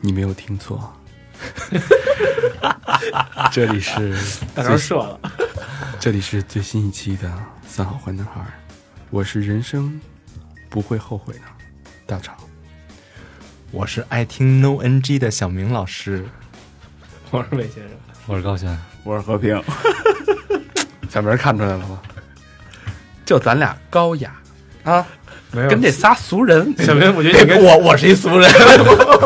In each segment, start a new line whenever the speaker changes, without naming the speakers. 你没有听错。 这里是最
射了，
这里是最新一期的三好坏男孩，我是人生不会后悔的大厂。
我是爱听 No NG 的小明老师，
我是魏先生。
我是高璇。
我是 和平，
小明看出来了吗？就咱俩高雅啊，
没有
跟这仨俗人，
小明，我觉得你跟
哦
我我是一俗人，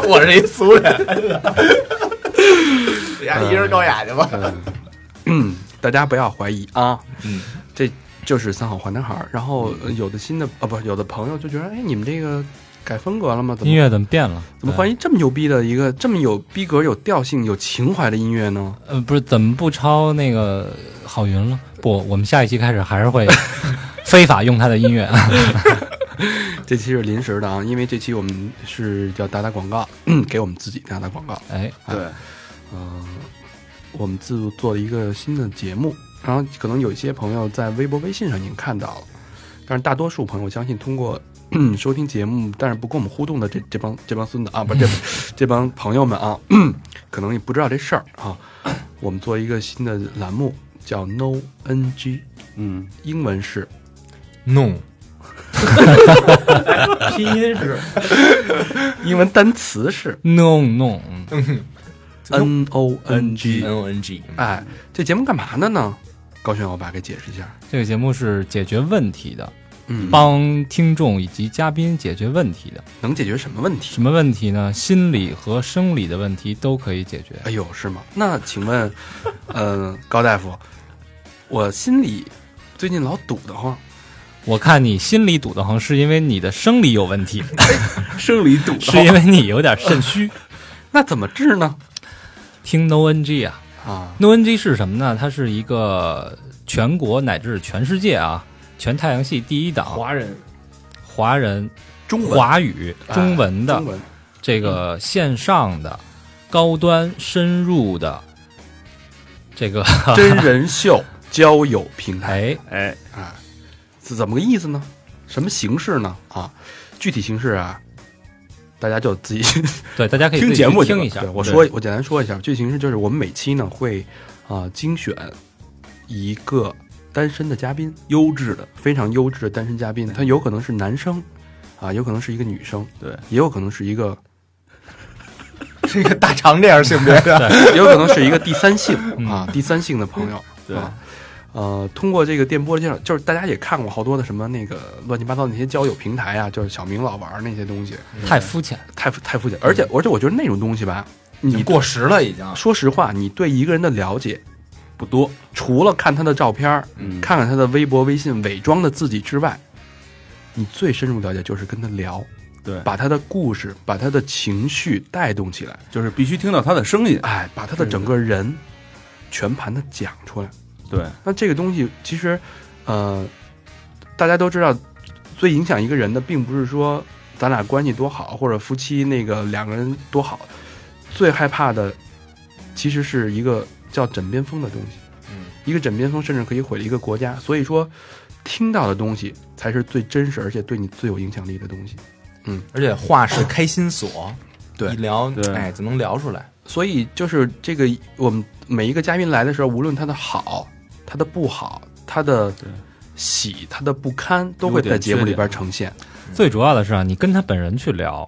我是一俗人。
俩一人高雅去吧。
嗯，大家不要怀疑啊。嗯，这就是三好坏男孩。然后
嗯
呃有的新的啊，不，有的朋友就觉得，哎，你们这个改风格了吗？怎么
音乐怎么变了？
怎么换一这么牛逼的一个这么有逼格、有调性、有情怀的音乐呢？
呃，不是怎么不抄那个郝云了？不，我们下一期开始还 是会非法用他的音乐。
这期是临时的啊，因为这期我们是要打打广告，嗯给我们自己打打广告。
哎，
对，
我们自做了一个新的节目，然后可能有一些朋友在微博、微信上已经看到了，但是大多数朋友我相信通过 收听节目，但是不跟我们互动的这这帮这帮孙子啊，不是这 这帮朋友们啊， 可能也不知道这事儿啊。我们做一个新的栏目叫 No NG，
嗯，
英文是
No，
拼音是
嗯英文单词是
no no，嗯
N O N G。
N O N G，
哎，这节目干嘛的呢？高轩，我爸给解释一下。
这个节目是解决问题的，
嗯，
帮听众以及嘉宾解决问题的。
能解决什么问题？
什么问题呢？心理和生理的问题都可以解决。
哎呦，是吗？那请问，呃，高大夫，我心里最近老堵得慌，
我看你心里堵得慌，是因为你的生理有 问题，
生理堵得
是因为你有点肾 虚。
那怎么治呢？
听 No NG 啊，
啊，
No NG 是什么呢？它是一个全国乃至全世界啊，全太阳系第一档
华人，
华人
中文哎
华语中文的
中 文嗯
这个线上的高端深入的这 个
真人秀交友平台
哎，
哎，
啊，是怎么个意思呢？什么形式呢？啊，具体形式啊，大家就自己
对，大家可以
听
自己
节
去
目去
听
吧
一下
对。我说我简单说一下，剧情是就是我们每期呢会啊、精选一个单身的嘉宾，优质的非常优质的单身嘉宾，他有可能是男生啊，有可能是一个女生，
对，
也有可能是一个
是一个大肠 这样性 别的，
也有可能是一个第三性
嗯
啊，第三性的朋友。
对
啊，呃，通过这个电波介绍，就是大家也看过好多的什么那个乱七八糟的那些交友平台啊，就是小明老玩儿那些东西，
太肤浅，
太肤太肤浅。而
嗯
且而且我觉得那种东西吧，你
过时了已经。
啊说实话，你对一个人的了解不多，除了看他的照片儿，
嗯
看看他的微博、微信伪装的自己之外，你最深入了解就是跟他聊，
对
把他的故事、把他的情绪带动起来，
就是必须听到他的声音。
哎，把他的整个人全盘的讲出来。
对，
那这个东西其实，呃，大家都知道，最影响一个人的，并不是说咱俩关系多好，或者夫妻那个两个人多好，最害怕的其实是一个叫枕边风的东西。
嗯，
一个枕边风甚至可以毁了一个国家。所以说，听到的东西才是最真实，而且对你最有影响力的东西。
而且话是开心锁，
对
一聊
对
哎就能聊出来。
所以就是这个，我们每一个嘉宾来的时候，无论他的好，他的不好，他的
对
喜，他的不堪，都会
优点
在节目里
缺
边
点
呈现。
最主要的是啊，你跟他本人去聊，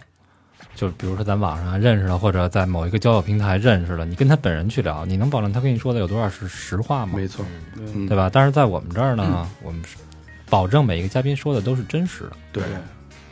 就比如说咱网上认识了，或者在某一个交友平台认识了，你跟他本人去聊，你能保证他跟你说的有多少是实话吗？
没错，嗯
对吧？但是在我们这儿呢，我们是保证每一个嘉宾说的都是真实的。
对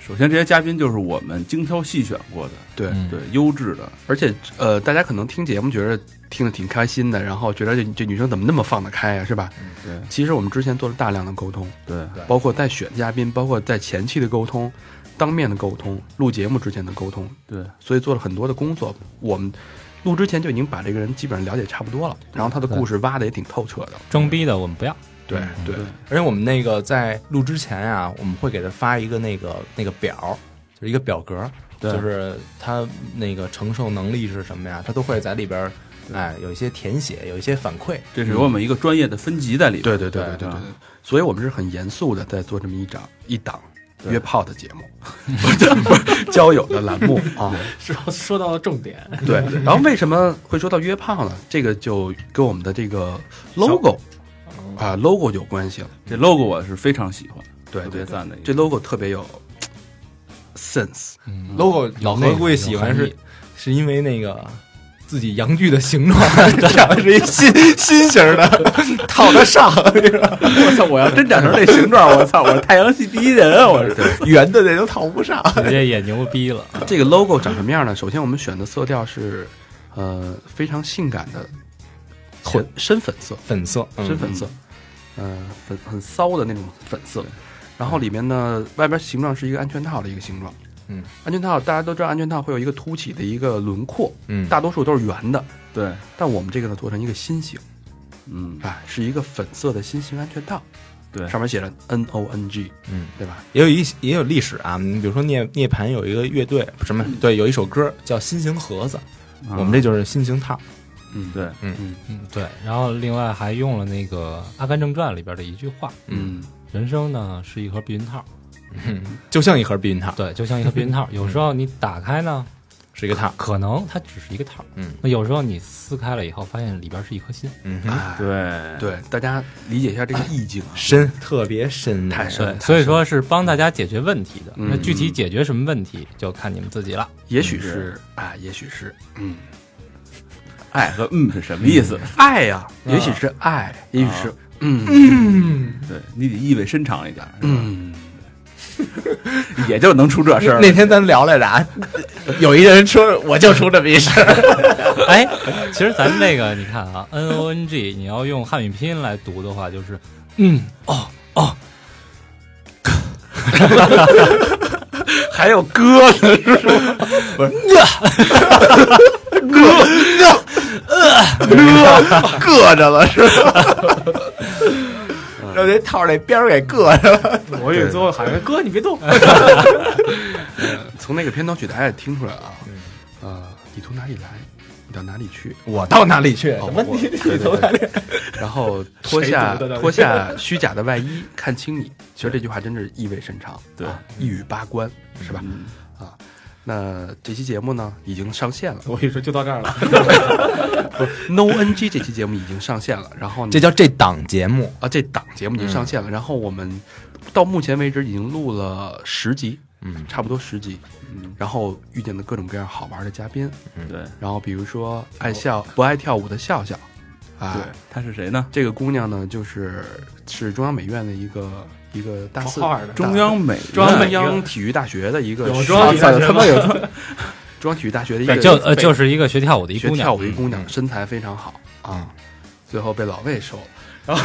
首先这些嘉宾就是我们精挑细选过的，
对，
嗯
对，优质的，
而且呃，大家可能听节目觉得听得挺开心的，然后觉得这这女生怎么那么放得开啊呀、是吧？
对
其实我们之前做了大量的沟通，
对
包括在选嘉宾，包括在前期的沟通，当面的沟通，录节目之前的沟通，
对，
所以做了很多的工作。我们录之前就已经把这个人基本上了解差不多了，然后他的故事挖的也挺透彻的。
装逼的我们不要。
对对，
嗯
而且我们那个在录之前啊，我们会给他发一个那个那个表，就是一个表格，
对
就是他那个承受能力是什么呀，他都会在里边儿，哎，有一些填写，有一些反馈。
这是有我们一个专业的分级在里边。
对对对对对
对
对，所以我们是很严肃的在做这么一档一档
对
约炮的节目，不是交友的栏 目啊。
说说到了重点，
对，然后为什么会说到约炮呢？这个就跟我们的这个 logo
哦
啊 logo 有关系了。
这 logo 我是非常喜欢，
对
特
对
别
对，
赞的一
这
个。
logo 特别有 sense。
嗯
logo
有
老
那
何
个
估计喜
有
欢
含
是
义
是因为那个自己阳具的形状， 长得是一新新型的，套得上，
我操！我要真长成这形状，我操！我是太阳系第一人啊！我是
圆的那都套不上。
直接也牛逼了。
这个 logo 长什么样呢？首先我们选的色调是呃非常性感的
混嗯
混深粉色，
粉色，
深粉色，呃粉很骚的那种粉色。然后里面呢，外边形状是一个安全套的一个形状。
嗯，
安全套大家都知道，安全套会有一个凸起的一个轮廓，
嗯，
大多数都是圆的，
对，
但我们这个呢做成一个心形，
嗯，
啊，是一个粉色的新型安全套，
对
上面写着 N O N G，
嗯，
对吧？
也有一也有历史啊，你比如说涅涅槃有一个乐队，什么对，有一首歌叫《心形盒子》，
啊
我们这就是心形套，
嗯，
对，
嗯，对。然后另外还用了那个《阿甘正传》里边的一句话
嗯，：“
人生呢是一盒避孕套。”
就像一盒避孕套，
对，就像一盒避孕套，有时候你打开呢，
是一个套。
可能它只是一个套，
嗯，
那有时候你撕开了以后，发现里边是一颗心，
嗯哼，
哎
对，
对，大家理解一下这个意境啊。
深，特别深，
哎太深
对，所以说是帮大家解决问题的。
嗯
那具体解决什么问题，就看你们自己了。
也
嗯
许是啊，也许是嗯，
爱和嗯是什么意思？
爱呀、也许是爱，也许是嗯
对你得意味深长一点，
嗯，
也就能出这事儿。
那天咱聊来着啊，有一个人说我就出这么一事儿，
哎，其实咱们这个你看啊，N O N G，你要用汉语拼音来读的话，就是嗯哦 哦，
还有歌呢，
呃硌着了是吧？让那套那边儿给硌着了。
我以为最后喊个哥，你别 动，
嗯从那个片头曲大家也听出来了啊，
嗯
呃，你从哪里来，你到哪里去，
我到哪里去？
哦我对对对，然 后脱下
谁读的到底
脱 下虚假的外衣，看清你。其实这句话真是意味深长，
对
啊，一语八关，
嗯
是吧？啊，那这期节目呢已经上线了
我跟你说就到 这儿了。
，No NG 这期节目已经上线了，然后呢
这叫这档节目，
啊这档节目已经上
嗯
线了，然后我们到目前为止已经录了十集，
嗯，
差不多十集，
嗯，
然后遇见了各种各样好玩的嘉宾，
嗯
对
然后比如说爱笑不爱跳舞的笑笑，啊，
对，他是谁呢？
这个姑娘呢，就是是中央美院的一个一个大四
好好的
大
中央美
中央
美
中央体育大学的一个
有中央体育大
啊
学吗
算了他妈有 中央体育大学的一个
就呃就是一个学跳舞的一
学
姑
跳
娘，嗯
舞的一姑娘，身材非常好啊，最后被老魏收了。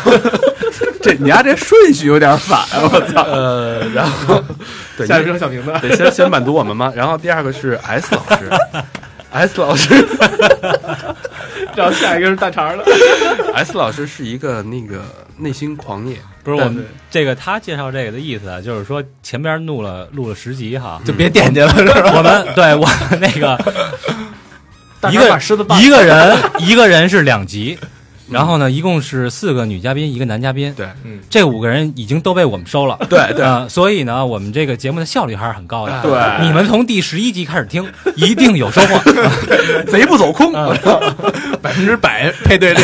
这你家这顺序有点反啊，我操！
呃，然后 对，
下一
因为
个小名字，
得先先满足我们嘛。然后第二个是 S 老师，S 老师
然后下一个是大肠的，
S 老师是一个那个内心狂野，
不是我
对
们这个他介绍这个的意思啊，就是说前边录了录了十集哈，
就别惦记了， 是吧？
我们对我们那个
大
一
肠
个
把狮子绊
一个人一个人是两集，然后呢，一共是四个女嘉宾，一个男嘉宾。
对，
嗯，
这五个人已经都被我们收了。
对对
呃，所以呢，我们这个节目的效率还是很高的。
对
你们从第十一集开始听，一定有收获。
贼不走空。
百分之百配对率，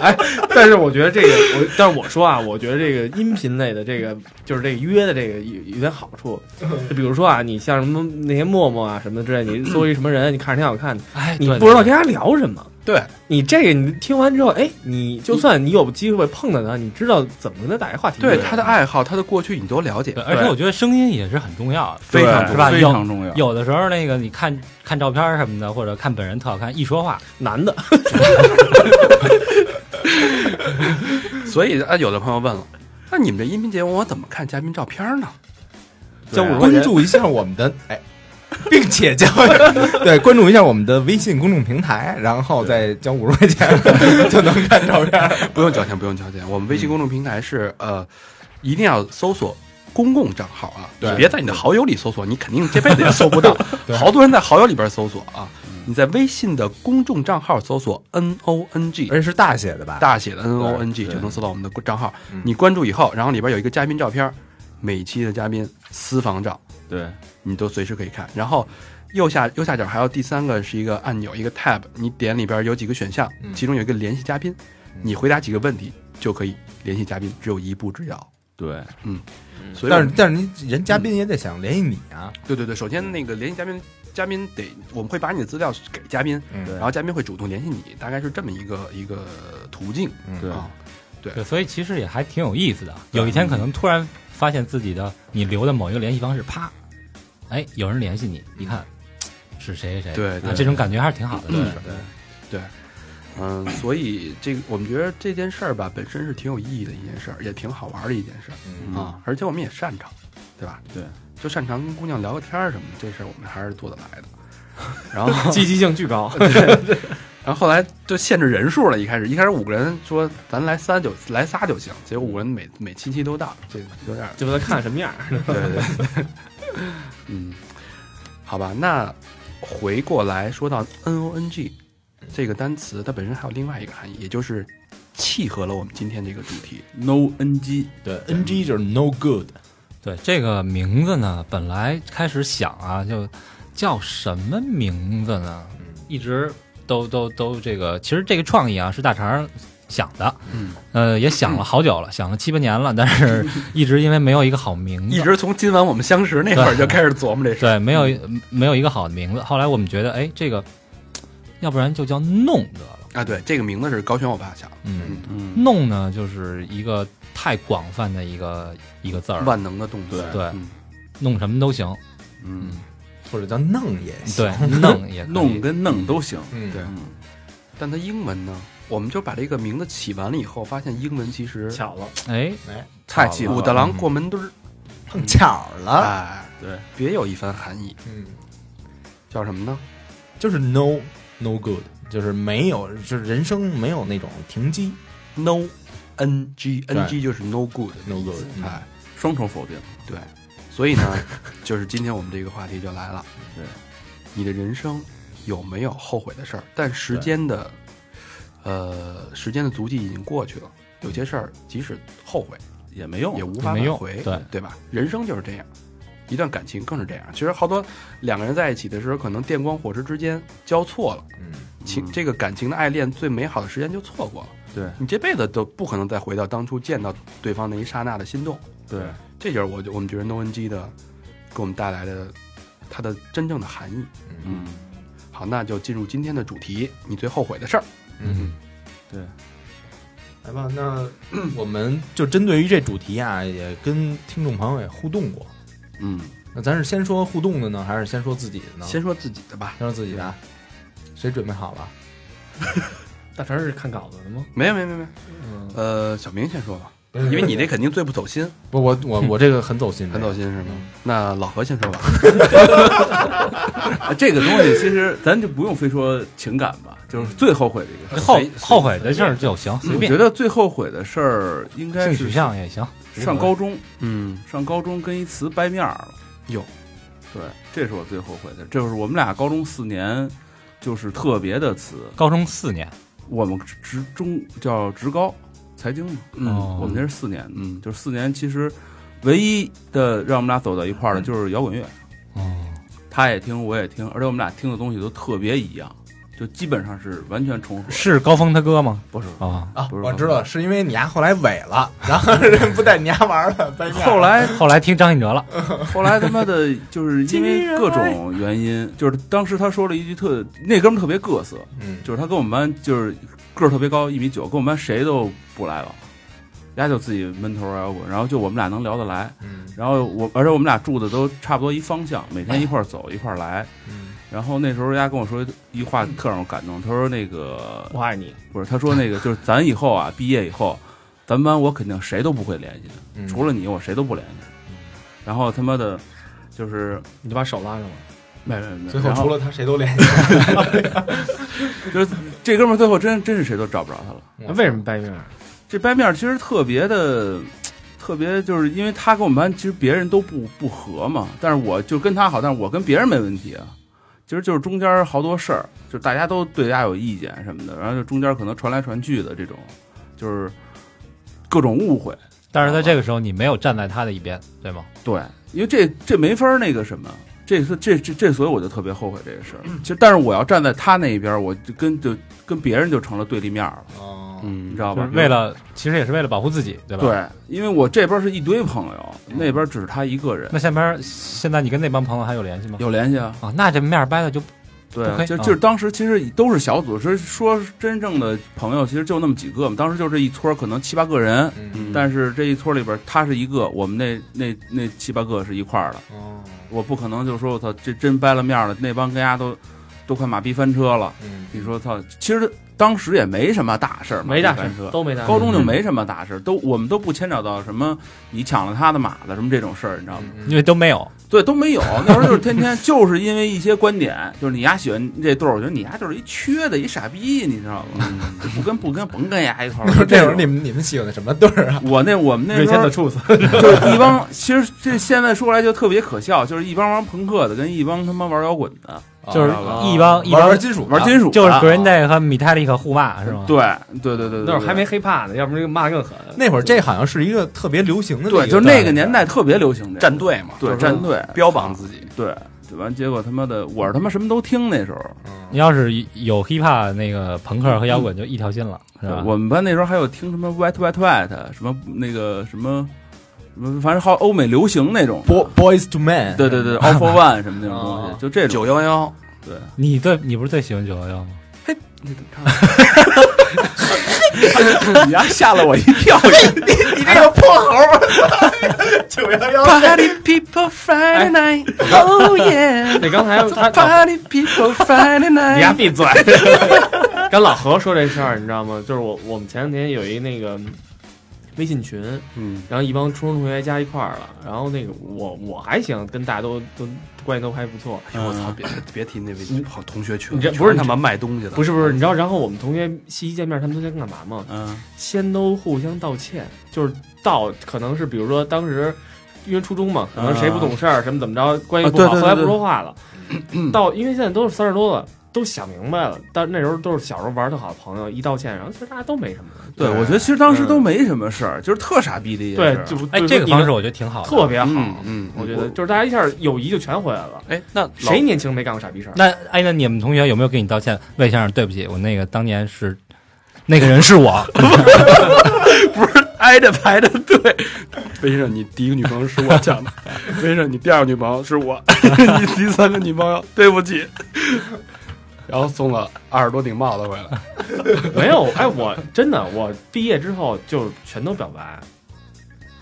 哎， 但是我觉得这个，我但是我说啊，我觉得这个音频类的这个，就是这个约的这个有有点好处。
嗯
就比如说啊，你像什么那些陌陌啊什么之 类，你搜一什么人，你看着挺好看的，
哎，
你
对
不知道跟他聊什么。
对，
你这个你听完之后，哎，你就算你有机会碰到他，你知道怎么跟他打一话题。
对他的爱好，他的过去你都了解
对，而且我觉得声音也是很重要的。
非常
对
是吧
非常重要。
有的时候那个你看看照片什么的，或者看本人特好看，一说话，
男的，
所以啊，有的朋友问了，那你们这音频节目我怎么看嘉宾照片呢？
交五十块
关
钱，
注一下我们 的哎，并且交对关注一下我们的微信公众平台，然后再交五十块 钱就能看照片儿。
不用交钱，不用交钱。我们微信公众平台是
嗯
呃，一定要搜索公共账号啊，
对
你别在你的好友里搜索，你肯定这辈子也搜 不到。好多人在好友里边搜索啊，
嗯
你在微信的公众账号搜索 N O N G
而。且是大写的吧？
大写的 N O N G
哎对
就能搜到我们的账号
嗯。
你关注以后，然后里边有一个嘉宾照片，每期的嘉宾私房照，
对，
你都随时可以看。然后右下右下角还有第三个是一个按钮，一个 tab，你点里边有几个选项，
嗯
其中有一个联系嘉宾，
嗯
你回答几个问题就可以联系嘉宾，只有一步之遥。
对，
所以我
嗯但
们，
是但是你人嘉宾也得想联系你啊，
对对对，首先那个联系嘉宾，嘉宾得我们会把你的资料给嘉宾，
嗯
对
然后嘉宾会主动联系你，大概是这么一个一个途径
嗯
对
啊。
对，所以其实也还挺有意思的。有一天可能突然发现自己的你留的某一个联系方式，啪，哎，有人联系你，一看是谁谁谁，
对对
啊这种感觉还是挺好的，就是
嗯，所以这个我们觉得这件事儿吧，本身是挺有意义的一件事儿，也挺好玩儿的一件事儿
嗯
嗯
啊，而且我们也擅长，对吧？
对，
就擅长跟姑娘聊个天儿什么的，这事儿我们还是做得来的。然后，
积极性巨 高。
然后后来就限制人数了。一开始，一开始五个人说咱来仨就来仨就行，结果五个人每每期期都到，这有点儿
就不知道看什么样儿。
对对对， 嗯，好吧，那回过来说到 N O N G 这个单词，它本身还有另外一个含义，也就是契合了我们今天这个主题。
，no NG，
对，NG 就是 no good，
对这个名字呢，本来开始想啊，就叫什么名字呢？一直都都都这个，其实这个创意啊是大肠想的，
嗯，
呃，也想了好久了，想了七八年了，但是 一直因为没有一个好名字，
一直从今晚我们相识那会儿就开始琢磨这事儿。
对没有没有一个好的名字。后来我们觉得，哎，这个要不然就叫弄得了。
啊，对，这个名字是高轩我爸想的，
嗯，
嗯，
弄呢就是一个太广泛的一个一个字儿，
万能的动词。
对
嗯，
弄什么都行，
嗯，
或者叫弄也行。
对，弄也可 以
弄跟弄都行，
嗯，
对
嗯，
但它英文呢？我们就把这个名字起完了以后，发现英文其
嗯
实
巧了，
哎，
太气
武
了，
大郎过门墩儿，
碰巧
啊
了，
哎，
对，
别有一番含义，
嗯，
叫什么呢？
就是 no no good，就是没有，就是人生没有那种停机
no n g
对嗯
n g 就是 no good，
，no good，
哎，
双重否定，
对，所以呢， 就是今天我们这个话题就来了。
对，
你的人生有没有后悔的事儿？但时间的，呃，时间的足迹已经过去了，有些事儿即使后悔
哦也没用
也，无法
也没
挽
用
回，
对
对吧？人生就是这样。一段感情更是这样，其实好多两个人在一起的时候，可能电光火石之间交错了，
嗯，
情、
嗯
这个感情的爱恋最美好的时间就错过了，
对
你这辈子都不可能再回到当初见到对方那一刹那的心动。
对，
这就是我我们觉得 No N G 的给我们带来的它的真正的含义。
嗯，
好，那就进入今天的主题，你最后悔的事儿。
嗯，
来吧，那 我们就针对于这主题啊，也跟听众朋友也互动过。
嗯，
那咱是先说互动的呢，还是先说自己的呢？
先说自己的吧。
先说自己的啊，谁准备好了？
大成是看稿子的吗？
没有没有没有没有，
嗯，
呃，小明先说吧，因为你这肯定最不走心，
不，我我我这个很 走心，
很走。心是吗？那老何先说吧。
啊这个东西其实咱就不用非说情感吧，就是最后悔的一个事儿。
后后悔的事儿就行，随
我
便
觉得最后悔的事儿应该
性取
是
向也行，
上高中，
嗯，
上高中跟一词掰面儿了。
有，
对，这是我最后悔的。这就是我们俩高中四年，就是特别的词。
高中四年，
我们职中叫职高财经嘛，
嗯
我们这是四年，
嗯
就是四年。其实唯一的让我们俩走到一块儿的就是摇滚乐，
哦，
他也听，我也听，而且我们俩听的东西都特别一样，就基本上是完全重合。
是高峰他哥吗？
不是，
啊，
啊，
不是
我知道，是因为你丫后来 萎了，然后人不带你丫玩了，掰面儿
后来
后来听张信哲了，
后来他妈的，就是因为各种原因，就是当时他说了一句特，那哥们儿特别各色，
嗯，
就是他跟我们班就是个儿特别高，一米九，跟我们班谁都不来往，人家就自己闷头摇滚，然后就我们俩能聊得来，
嗯
然后我而且我们俩住的都差不多一方向，
哎
每天一块儿走一块儿来，
嗯
然后那时候人家跟我说一句话特让我感动，他说那个
我爱你，
不是，他说 那个就是咱以后啊，毕业以后，咱们班我肯定谁都不会联系的，
嗯
除了你我谁都不联系。然后他妈的，就是
你就把手拉上了，
没没没，
最后
然
除了他谁都联系。
就是这哥们儿最后真真是谁都找不着他了。
嗯
为什么掰面？
这掰面儿其实特别的，特别就是因为他跟我们班其实别人都不不和嘛，但是我就跟他好，但是我跟别人没问题啊。其实就是中间好多事儿，就是大家都对大家有意见什么的，然后就中间可能传来传去的这种，就是各种误会。
但是在这个时候，你没有站在他的一边，对吗？
对，因为这这没法儿那个什么，这是这这这，所以我就特别后悔这个 事儿。其实，但是我要站在他那一边儿，我就跟就跟别人就成了对立面儿了，
哦，
你
嗯
知，道
就
吧
是？为了，其实也是为了保护自己，对吧？。
对，因为我这边儿是一堆朋友，
嗯
那边儿只是他一个人，
那下边现在你跟那帮朋友还有联系吗？
有联系啊？
啊，那这面掰的就
嗯
对
不，亏
就
啊
就是当时其实都是小组，是说真正的朋友其实就那么几个嘛，当时就这一撮儿可能七八个人。
嗯，
但是这一撮儿里边儿，他是一个，我们那那那七八个是一块儿的，
哦，
我不可能就说我操，这真掰了面儿了，那帮跟家都都快马逼翻车了。
嗯，
你说操，其实当时也没什么大事儿嘛，
没大
这
事
翻，车。
都没大事
高。中就没什么大事儿，都我们都不牵扯到什么你抢了他的马子什么这种事儿，你知
嗯
道吗？
嗯
因为都没有，
对，都没有。那时候就是天天就是因为一些观点，就是你丫喜欢这队儿，我觉得你丫就是一缺的一傻逼，你知道吗？
嗯
就不跟不跟甭跟丫一块儿。 就
这会儿
种
你们你们喜欢的什么队儿 啊？
我那我们那
瑞
时
谦
候
的处子，
就是一帮，其实这现在说来就特别可笑，就是一帮玩朋克的跟一帮他妈玩摇滚的，
就是
啊
一帮一
玩
帮
玩金属啊的，
玩金属的，
啊就是 Green Day 和 Metallica 互骂是吗？，
对对对对对，
那会儿
对
还没黑怕呢，要不然就骂更狠。
那会儿这好像是一个特别流行的，
对，就是那个年，代特别流行这个
战队嘛，
对
就是
战队
标榜自己，
对，完结果他妈的我是他妈什么都听那时候，
嗯
你要是有 hip hop 那个朋克和摇滚就一条心了，是
嗯
吧？
呃我们班那时候还有听什么 White White White 什么那个什么什么，反正好欧美流行那种的。
Bo- Boys to Men，
对 对对
啊
，All for One 什么那种东
哦
西，就这种
九幺幺，
对。
你最你不是最喜欢九幺幺吗？
你丫吓了我一 跳
哎
你这个破猴儿，九幺幺，
Party people
哎
Friday night,
嗯
oh yeah,
那刚才哎他
party people Friday
你
night。
闭嘴！刚老何说这事儿，你知道吗？就是我我们前两天有一那个微信群，
嗯，
然后一帮初中同学加一块儿了，然后那个我我还行，跟大家都都关系都还不错。
哎呦我操，别别提那位好同学群，
嗯你这
全
不是
他
你
妈卖东西的，
不是不是，你知道，然后我们同学夕一见面，他们都先干嘛吗？
嗯，
先都互相道歉，就是道可能是比如说当时因为初中嘛，
嗯
可能谁不懂事儿、什么怎么着，关系不
啊
好，
对对对
后来不说话 了。到因为现在都是三十多了，都想明白了，但那时候都是小时候玩的好的朋友，一道歉，然后其实大家都没什么。嗯
对，我觉得其实当时都没什么事儿，就是特傻逼的一件
对
事儿，
就
哎，
就
这个
你能
方式我觉得挺好的，
特别好，
嗯嗯，
我觉得就是大家一下友谊就全回来
啊
了。
哎，那老
谁年轻没干过傻逼事儿？
那哎，那你们同学有没有给你道歉？魏先生，对不起，我那个当年是那个人是我，
挨着排着队。魏先生，你第一个女朋友是我抢 的，魏先生，你第二个女朋友是我， 你第三个女朋友，对不起。然后送了二十多顶帽子回来，
没有，哎，我真的，我毕业之后就全都表白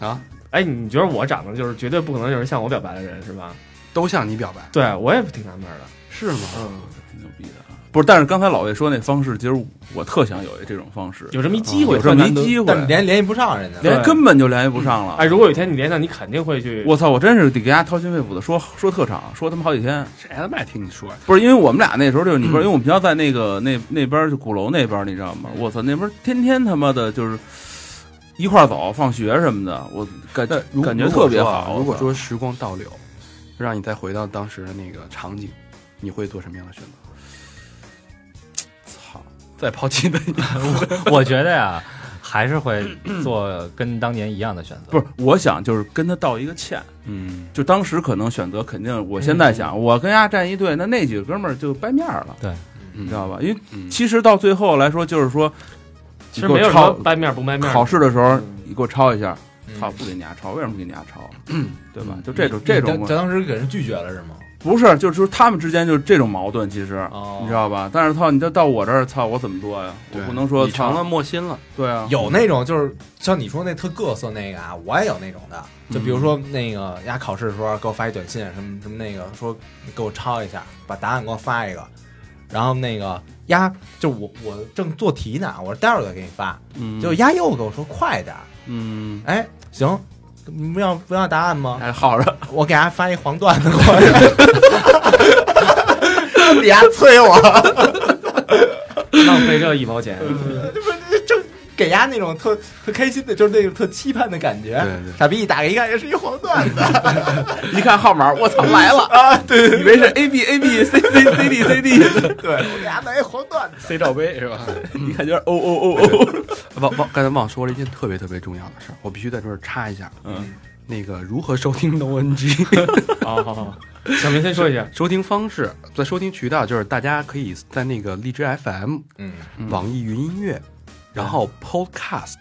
啊。
哎，你觉得我长得就是绝对不可能有人向我表白的人是吧？
都向你表白，
对我也挺纳闷的。
是吗？
嗯，
挺牛逼的。啊不是，但是刚才老魏说那方式，其实我特想有一这种方式，
有这么一机会，
有这么一
会。
机会
但，是联联系不上人家，
连根本就联系不上了。
哎，如果有一天你连上，你肯定会去。
我操！我真是得给大家掏心肺腑的说说特长，说他妈好几天。
谁他妈爱听你说呀？
不是因为我们俩那时候就是你
嗯
说，因为我们学校在那个那那边儿就鼓楼那边儿，你知道吗？我操，那边儿天天他妈的就是一块儿走，放学什么的，我感
但如
感觉
如果
特别
说啊
好。
如果
我操
说时光倒流，让你再回到当时的那个场景，你会做什么样的选择？
操，
再抛弃的你，
我觉得呀，还是会做跟当年一样的选择。
不是，我想就是跟他道一个歉。
嗯，
就当时可能选择肯定，我现在
嗯
想，我跟丫站一队，那那几个哥们儿就掰面儿了，
你
你知道？吧？因为
嗯，
其实到最后来说，就是说，
其
你
实
给我
没有什么
抄
掰面不掰面。
考试的时候
嗯，
你给我抄一下，
嗯
操，不给你丫抄，为什么不给你丫抄？对吧
嗯？
就这种这种
你当，当时给人拒绝了是吗？
不是，就是说他们之间就是这种矛盾，其实
哦
你知道吧？但是操，你这到我这儿，操，我怎么做呀？我
对
不能说
你成
操
了，莫心了，
对啊，
有那种就是像你说那特各色那个啊，我也有那种的，就比如说那个丫考试的时候给我发一短信，什么什么那个说给我抄一下，把答案给我发一个，然后那个丫就我我正做题呢，我说待会儿再给你发，
嗯，
结果丫又给我说快点儿，
嗯
哎行，你不要不要答案吗？
还耗哎着，
我给他发一黄段子过 去， 你还催我，
浪费这一毛 钱，
给丫那种特特开心的，就是那种特期盼的感觉。
对对
傻逼一打开一看，也是一黄段 子，
一看号码，我操，来了 啊！对，以为是 A B A B C C C D C D，
对我给他来一黄段子。
，C 罩杯是吧？
一看就是哦哦哦哦，
忘忘刚才忘说了一件特别特别重要的事儿，我必须在这儿插一下。
嗯，
那个如何收听 No NG？
好哦好好，小明先说一下，
收听方式，在收听渠道就是大家可以在那个荔枝 FM、
嗯，
网易云音乐，然后 Podcast。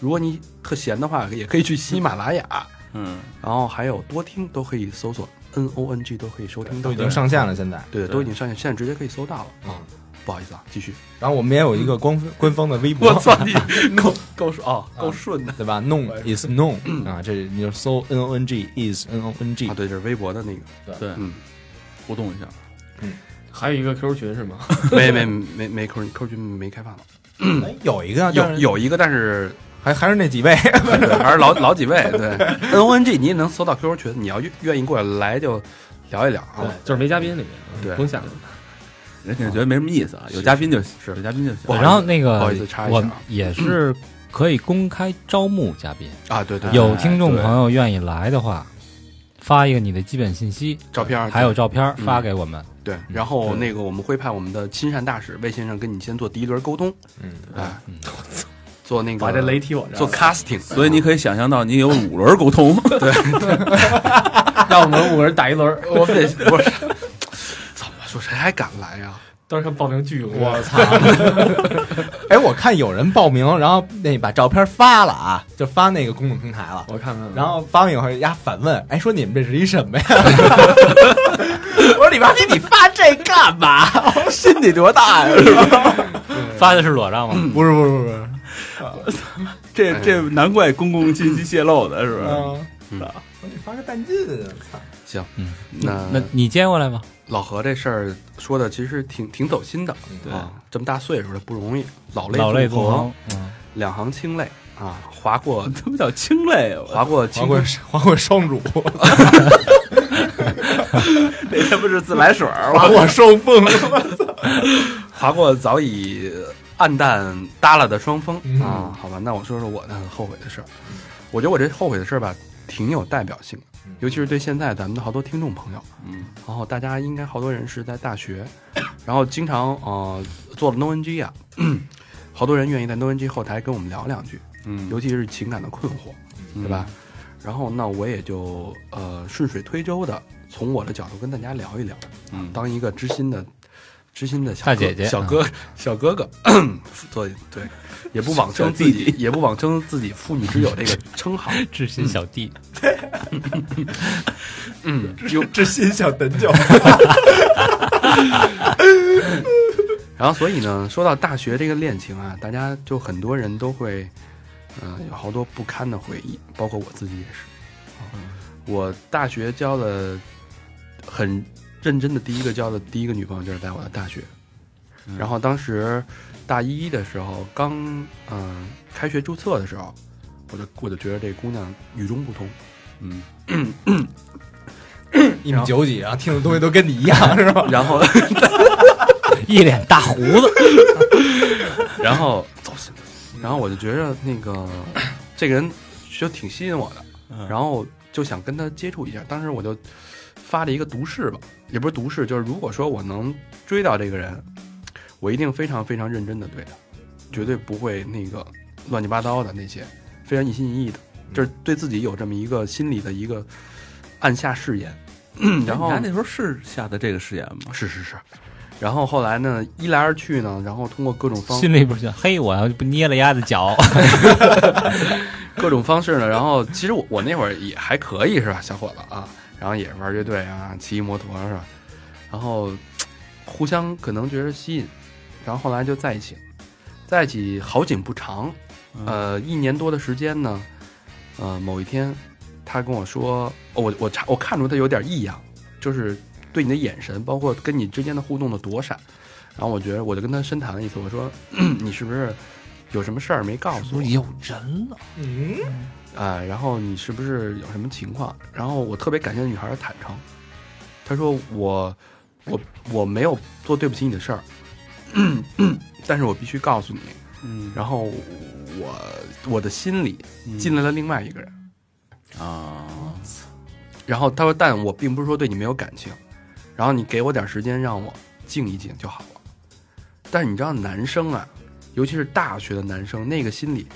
如果你特闲的话，也可以去喜马拉雅，
嗯，
然后还有多听都可以搜索 N O N G 都可以收听到。
都已经上线了，现在。
对，都已经上线，现在直接可以搜到了。
嗯，
不好意思啊，继续。
然后我们也有一个官官方的微博，
我操， 你够够顺啊，
嗯
够顺的，
对吧？Known is known 啊，这你就搜 N O N G is N O N G
啊，。对，这是微博的那个。
对，
嗯，
互动一下，
还有一个 QQ 群是吗？
嗯没没没没 Q Q 群没开放呢，
哎有一个，但
有
是
有一个，但是
还还是那几位，
对，还是老老几位。对，N O N G 你也能搜到 QQ 群，你要愿愿意过来就聊一聊啊。
就是没嘉宾里面，嗯
对
不用想了。
人家觉得没什么意思啊，有嘉宾就行，有嘉宾就行
不好意思
然后那
不好
个
意思插一下
我
啊
也是可以公开招募嘉宾，
啊，对
哎
对，对
有听众朋友愿意来的话，发一个你的基本信息，
照片儿
还有照片
嗯
儿发给我们。
对，
嗯
然后那个我们会派我们的亲善大使魏先生跟你先做第一轮沟通，
嗯，
啊
嗯，
做那个
把这雷踢我 这儿
做 casting，
所以你可以想象到，你有五轮沟通，
让我们五个人打一轮儿，
我们得不是怎么说谁还敢来呀？
到时候报名巨额。
我操！ 哎，我看有人报名，然后那把照片发了啊，就发那个公众平台了。
我看看，
然后发完以后，丫反问：“哎，说你们这是一什么呀？” 我说：“李八逼，你发这干 嘛？
心得多大呀？
发的是裸照
嗯
吗？
不是，不是，不是，
这这难怪公共信息泄露的是不 是？
嗯，我得发个弹尽啊！操
行，
嗯，
那
那你接过来吧。
老何这事儿说的其实挺挺走心的，
对
啊，这么大岁数了不容易，老
老泪纵
纵横
横，，嗯，
两行清泪啊，划过
他们叫清泪，
划
我
过
黄
青
贵
春，，
黄贵双乳，
这他不是自来水儿，
把我双 峰。
划过早已暗淡耷拉的双峰啊，好吧，那我说说我的后悔的事儿，我觉得我这后悔的事儿吧，挺有代表性的，尤其是对现在咱们的好多听众朋友，
嗯，
然后大家应该好多人是在大学， 然后经常呃做了 No NG 啊， 好多人愿意在 No NG 后台跟我们聊两句，
嗯
尤其是情感的困惑，对吧？然后那我也就呃顺水推舟的从我的角度跟大家聊一聊，
嗯
当一个知心的知心的小
大
哥
姐姐
小哥、小哥哥，对对，也不妄称自
小
己
弟
也不妄称自己妇女之友这个称号，
知心小弟，
嗯，
知心想等久，
然后，所以呢，说到大学这个恋情啊，大家就很多人都会，嗯、有好多不堪的回忆，包括我自己也是。啊我大学交的很认真的第一个交的第一个女朋友就是在我的大学，然后当时大一的时候刚嗯、开学注册的时候，我就我就觉得这姑娘与众不同，
嗯，
一米九几，然后啊听的东西都跟你一 样，是吧？
然后
一脸大胡子，
然后然后我就觉着那个这个人就挺吸引我
嗯
的，然后就想跟他接触一下。当时我就发了一个毒誓吧，也不是毒誓，就是如果说我能追到这个人，我一定非常非常认真的对他，绝对不会那个乱七八糟的那些，非常一心一意的，
嗯
就是对自己有这么一个心里的一个暗下誓言。 然后
哎你看那时候是下的这个誓言吗？
是是是，然后后来呢，一来二去呢，然后通过各种方
心里边想：嘿，我要不捏了丫的脚，
各种方式呢。然后其实我我那会儿也还可以是吧，小伙子啊，然后也玩乐队啊，骑摩托是吧，然后互相可能觉得吸引，然后后来就在一起了，在一起好景不长，呃，一年多的时间呢，呃，某一天他跟我说，哦我我察我看出他有点异样，就是对你的眼神，包括 跟你之间的互动的躲闪。然后我觉得，我就跟他深谈了一次，我说你是不是有什么事儿没告诉我
有人了？
嗯，
啊？然后你是不是有什么情况？然后我特别感谢女孩的坦诚，她说我我我没有做对不起你的事儿， 但是我必须告诉你，
嗯
然后我我的心里进来了另外一个人。
啊，
然后他说：“但我并不是说对你没有感情，然后你给我点时间让我静一静就好了。”但是你知道，男生啊，尤其是大学的男生，那个心理，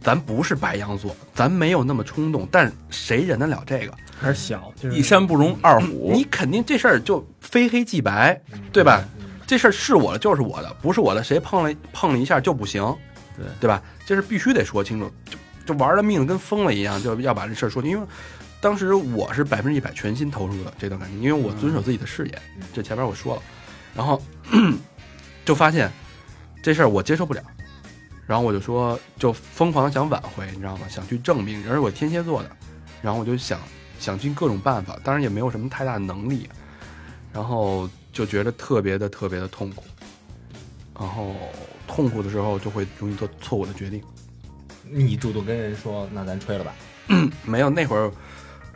咱不是白羊座，咱没有那么冲动，但谁忍得了这个？
还是小，就是
一山不容二虎，
你肯定这事儿就非黑即白，对吧？
嗯
这事儿是我的就是我的，不是我的谁碰了碰了一下就不行，
对
对吧？这是必须得说清楚，就就玩了命跟疯了一样，就要把这事儿说清。因为当时我是百分之一百全心投入的这段感情，因为我遵守自己的誓言，
嗯
这前面我说了，然后就发现这事儿我接受不了，然后我就说就疯狂的想挽回，你知道吗？想去证明，而且我天蝎座的，然后我就想想尽各种办法，当然也没有什么太大能力，然后就觉得特别的特别的痛苦，然后痛苦的时候就会容易做错误的决定。
你主动跟人说，那咱吹了吧。
没有那会儿，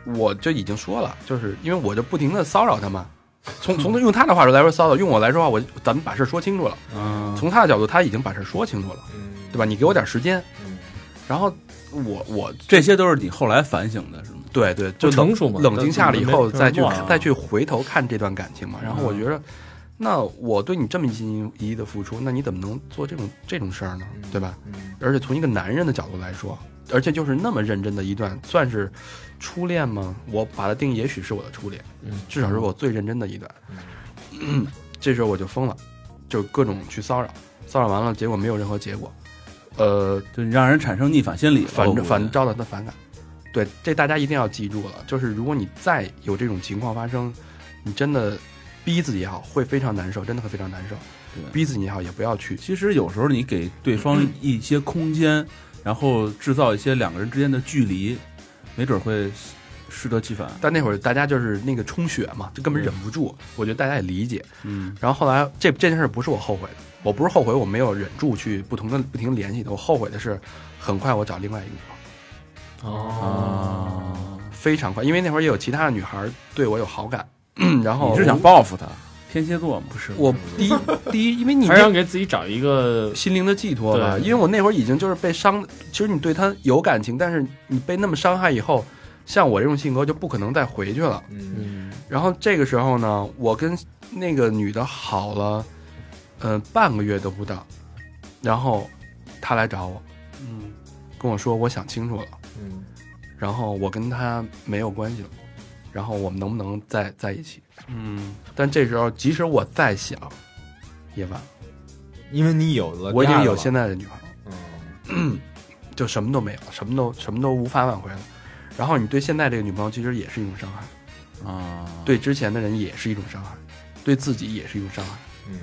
我就已经说了，就是因为我就不停的骚扰他嘛。从从用他的话来说骚扰，用我来说话，我咱们把事儿说清楚了。
啊，
从他的角度，他已经把事儿说清楚了，
嗯，
对吧？你给我点时间，
嗯？
然后我我
这些都是你后来反省的，是吗？
对对，
就
就冷
成熟嘛，
冷静下来以后，
没
再去
忘了嗯
再去回头看这段感情嘛。然后我觉得，那我对你这么一心一意的付出，那你怎么能做这种这种事儿呢？对吧？
嗯
而且从一个男人的角度来说，而且就是那么认真的一段，算是初恋吗？我把它定义，也许是我的初恋，
嗯
至少是我最认真的一段。
嗯
这时候我就疯了，就各种去骚扰，骚扰完了，结果没有任何结果，呃，
就你让人产生逆反心理了，
反
哦我估计
反招到他的反感。对，这大家一定要记住了，就是如果你再有这种情况发生，你真的逼自己也好，会非常难受，真的会非常难受
对。
逼自己也好，也不要去
其实有时候你给对方一些空间，然后制造一些两个人之间的距离，没准会适得其反。
但那会儿大家就是那个充血嘛，就根本忍不住。我觉得大家也理解。
嗯，
然后后来这这件事不是我后悔的，我不是后悔我没有忍住去不同的不停联系的，我后悔的是很快我找另外一个女孩，
嗯
哦，
啊
非常快，因为那会儿也有其他的女孩对我有好感， 然后
你是想报复他？天蝎座嘛，不是
我第一第一，因为你
还是想给自己找一个
心灵的寄托吧，
对
因为我那会儿已经就是被伤，其实你对他有感情，但是你被那么伤害以后，像我这种性格就不可能再回去了。
嗯
然后这个时候呢，我跟那个女的好了，嗯、半个月都不到，然后她来找我，
嗯，
跟我说我想清楚了，
嗯
然后我跟她没有关系了，然后我们能不能再在一起？
嗯，
但这时候即使我再想，也晚了，
因为你有
呃
了，
我已经有现
现，
在的女孩了，
嗯
就什么都没有了，什么都什么都无法挽回了。然后你对现在这个女朋友其实也是一种伤害，
啊，，
对之前的人也是一种伤害，对自己也是一种伤害。
嗯，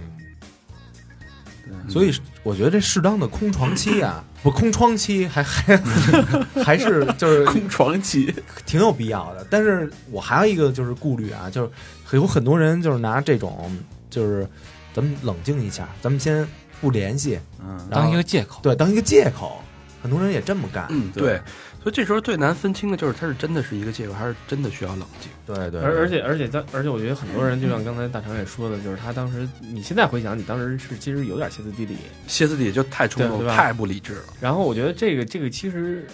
嗯
所以我觉得这适当的空窗期啊，不空窗期还还 还是就是
空床期，
挺有必要的。但是我还有一个就是顾虑啊，就是有很多人就是拿这种就是咱们冷静一下，咱们先不联系，
嗯，
然后
当一个借口。
对当一个借口，很多人也这么干。
嗯，
对
对，所以这时候最难分清的就是他是真的是一个借口，还是真的需要冷静。
对对，
而而
且
且而且在而且我觉得很多人就像刚才大肠也说的，就是他当时你现在回想，你当时是其实有点歇斯底里。
歇斯底里就太冲
对
动，
对吧
太不理智了。
然后我觉得这个这个其实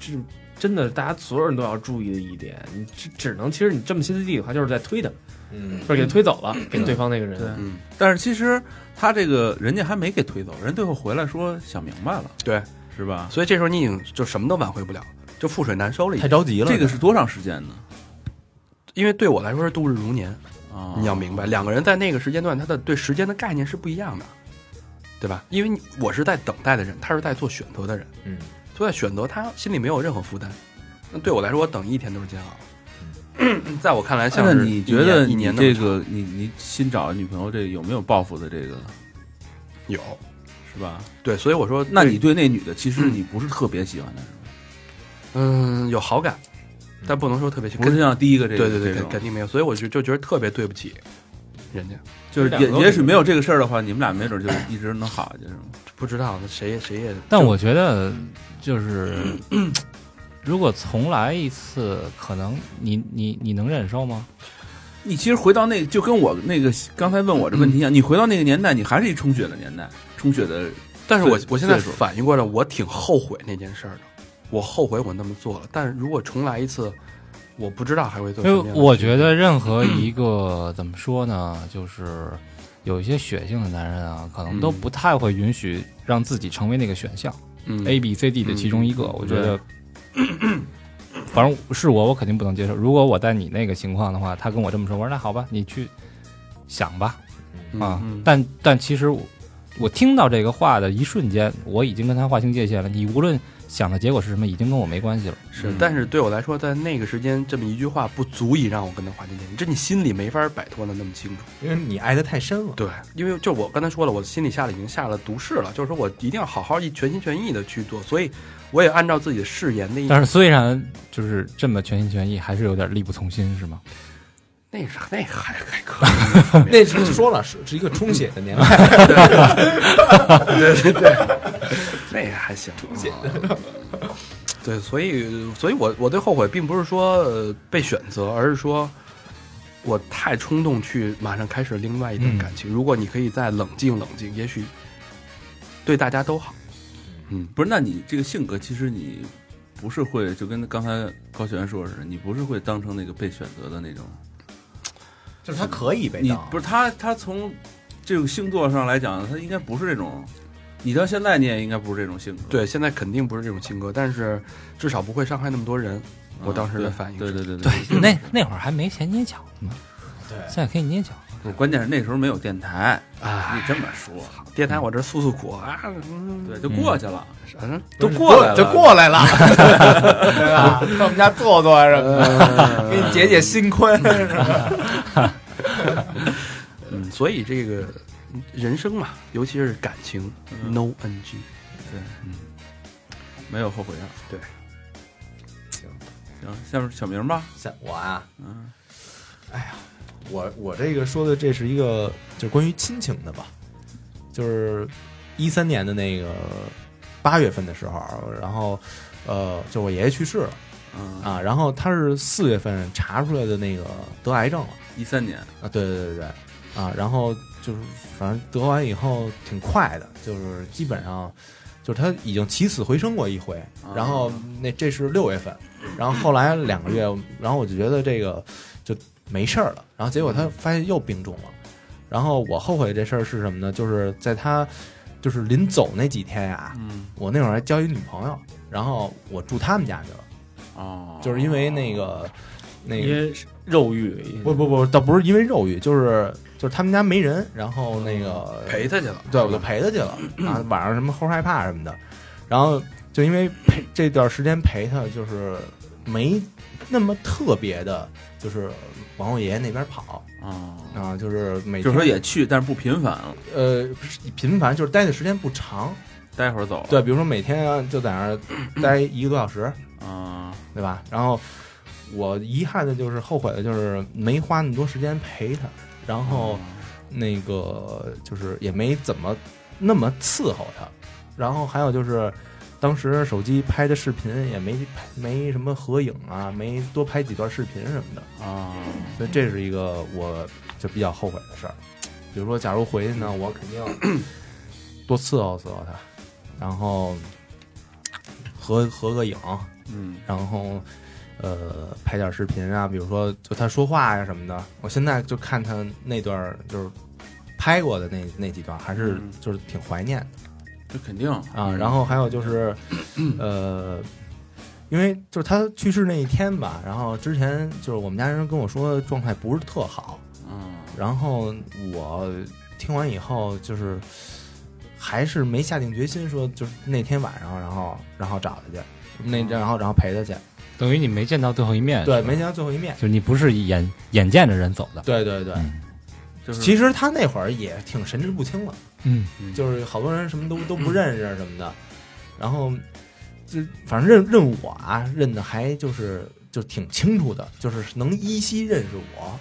是真的，大家所有人都要注意的一点，你只只能其实你这么歇斯底里的话，就是在推他，
嗯
就是给推走了，给对方那个人。
对
嗯，
但是其实他这个人家还没给推走，人最后回来说想明白了，
对，
是吧？
所以这时候你已经就什么都挽回不了，就覆水难收了已
太
经。
着急了，
这个是多长时间呢？
因为对我来说是度日如年，
啊，
你要明白，两个人在那个时间段，他的对时间的概念是不一样的，对吧？因为你我是在等待的人，他是在做选择的人，
嗯
所以在选择他心里没有任何负担。那对我来说，我等一天都是煎熬。 在我看来，像
嗯那
是
你
一
觉得
年一
你
年那么
这个你你新找的女朋友这有没有报复的这个
长有
是吧？
对，所以我说，
那你对嗯那女的其实你不是特别喜欢她，是吧
嗯有好感，但不能说特别喜
嗯不是像第一个这个
对对对，
这
肯
种
肯定没有，所以我就就觉得特别对不起，人家
就是
两
也
个都
也许没有这个事儿的话，你们俩没准就一直能好下去，是吗？
不知道谁也谁也，
但我觉得就是，如果重来一次，可能你你你能忍受吗？
你其实回到那就跟我那个刚才问我这问题
嗯
一样，你回到那个年代，你还是一充血的年代，充血的。
但是我
岁
我现在
岁数
反应过来，我挺后悔那件事儿的，我后悔我那么做了。但是如果重来一次，我不知道还会做
因
什
为
么样的事。
我觉得任何一个怎么说呢，就是有一些血性的男人啊，可能都不太会允许让自己成为那个选项、
嗯
A、B、C、D 的其中一个。我觉得， 反正是我，我肯定不能接受。如果我在你那个情况的话，他跟我这么说，我说那好吧，你去想吧。啊，
嗯
但但其实我我听到这个话的一瞬间，我已经跟他划清界限了。你无论想的结果是什么，已经跟我没关系了。
嗯
是，但是对我来说，在那个时间，这么一句话不足以让我跟他划清界限，这你心里没法摆脱的那么清楚。
因为你爱的太深了。
对，因为就我刚才说了，我心里下了已经下了毒誓了，就是说我一定要好好一全心全意的去做，所以我也按照自己的誓言那一
但是虽然就是这么全心全意，还是有点力不从心，是吗？
那是那还还可以
那是说了是是一个充血的年代，
对对对，那个还行。啊对，所以，所以我我对后悔并不是说、呃被选择，而是说我太冲动去马上开始另外一
嗯
段感情。如果你可以再冷静冷静，也许对大家都好。
不是，那你这个性格，其实你不是会就跟刚才高璇说似的，你不是会当成那个被选择的那种。
就是他可以被
你
当，
不
是
是他，他从这个星座上来讲，他应该不是这种。你到现在你也应该不是这种性格。
对，现在肯定不是这种性格，但是至少不会伤害那么多人。
嗯，
我当时的
对
反应
对
是
对对对。
对，那那会儿还没钱捏脚呢，
对
现在可以捏脚了。
对关键是那时候没有电台，
啊，
你这么说，
电台我这诉诉苦啊，嗯
对，就过去了，
嗯，
都过来了，
就过来 了，对吧？到我们家坐啊坐什么的，
呃
给你解解心宽， 是吧
嗯，所以这个人生嘛，尤其是感情、
嗯
n o NG。
没有后悔药。
对，
行
行，下面小明吧，
像我啊，
嗯，
我我这个说的这是一个就是关于亲情的吧，就是一三年的那个八月份的时候，啊然后呃，就我爷爷去世了
啊，
啊，然后他是四月份查出来的那个得癌症了
一三年，
啊，对对对对啊，然后就是反正得完以后挺快的，就是基本上就是他已经起死回生过一回，然后那这是六月份，然后后来两个月，然后我就觉得这个就没事儿了，然后结果他发现又病重了，然后我后悔这事儿是什么呢？就是在他就是临走那几天呀、
嗯，
我那会儿还交一女朋友，然后我住他们家去了，
哦，
就是因为那个那个
为肉欲，
不不不，倒不是因为肉欲，就是就是他们家没人，然后那个
嗯
陪他去了。
对，我就陪他去了啊，晚上什么齁害怕什么的，然后就因为陪这段时间陪他，就是没那么特别的，就是往我爷爷那边跑
啊，
啊，就是每
就是说
天
也去，但是不频繁了，
呃不是频繁，就是待的时间不长，
待会儿走了，
对，比如说每天啊就在那儿待一个多小时，
啊，
对吧？然后我遗憾的就是后悔的就是没花那么多时间陪他，然后。那个就是也没怎么那么伺候他。然后还有就是，当时手机拍的视频也没拍没什么合影啊，没多拍几段视频什么的，
啊，
所以这是一个我就比较后悔的事儿。比如说，假如回去呢，我肯定多伺候伺候他，然后合合个影，
嗯，
然后呃拍点视频啊，比如说就他说话呀、什么的。我现在就看他那段儿就是拍过的那那几段，还是
嗯
就是挺怀念的
这肯定
啊。然后还有就是呃，因为就是他去世那一天吧，然后之前就是我们家人跟我说状态不是特好，
啊，
然后我听完以后就是。还是没下定决心说，就是那天晚上，然后然后找他去，那然后然后陪他去，
等于你没见到最后一面，
对，
是吧
没见到最后一面。
就是你不是眼眼见着人走的。
对对对，
就是
嗯其实他那会儿也挺神志不清了，
嗯，
就是好多人什么都都不认识什么的，然后就反正认认我啊，认的还就是就挺清楚的，就是能依稀认识我。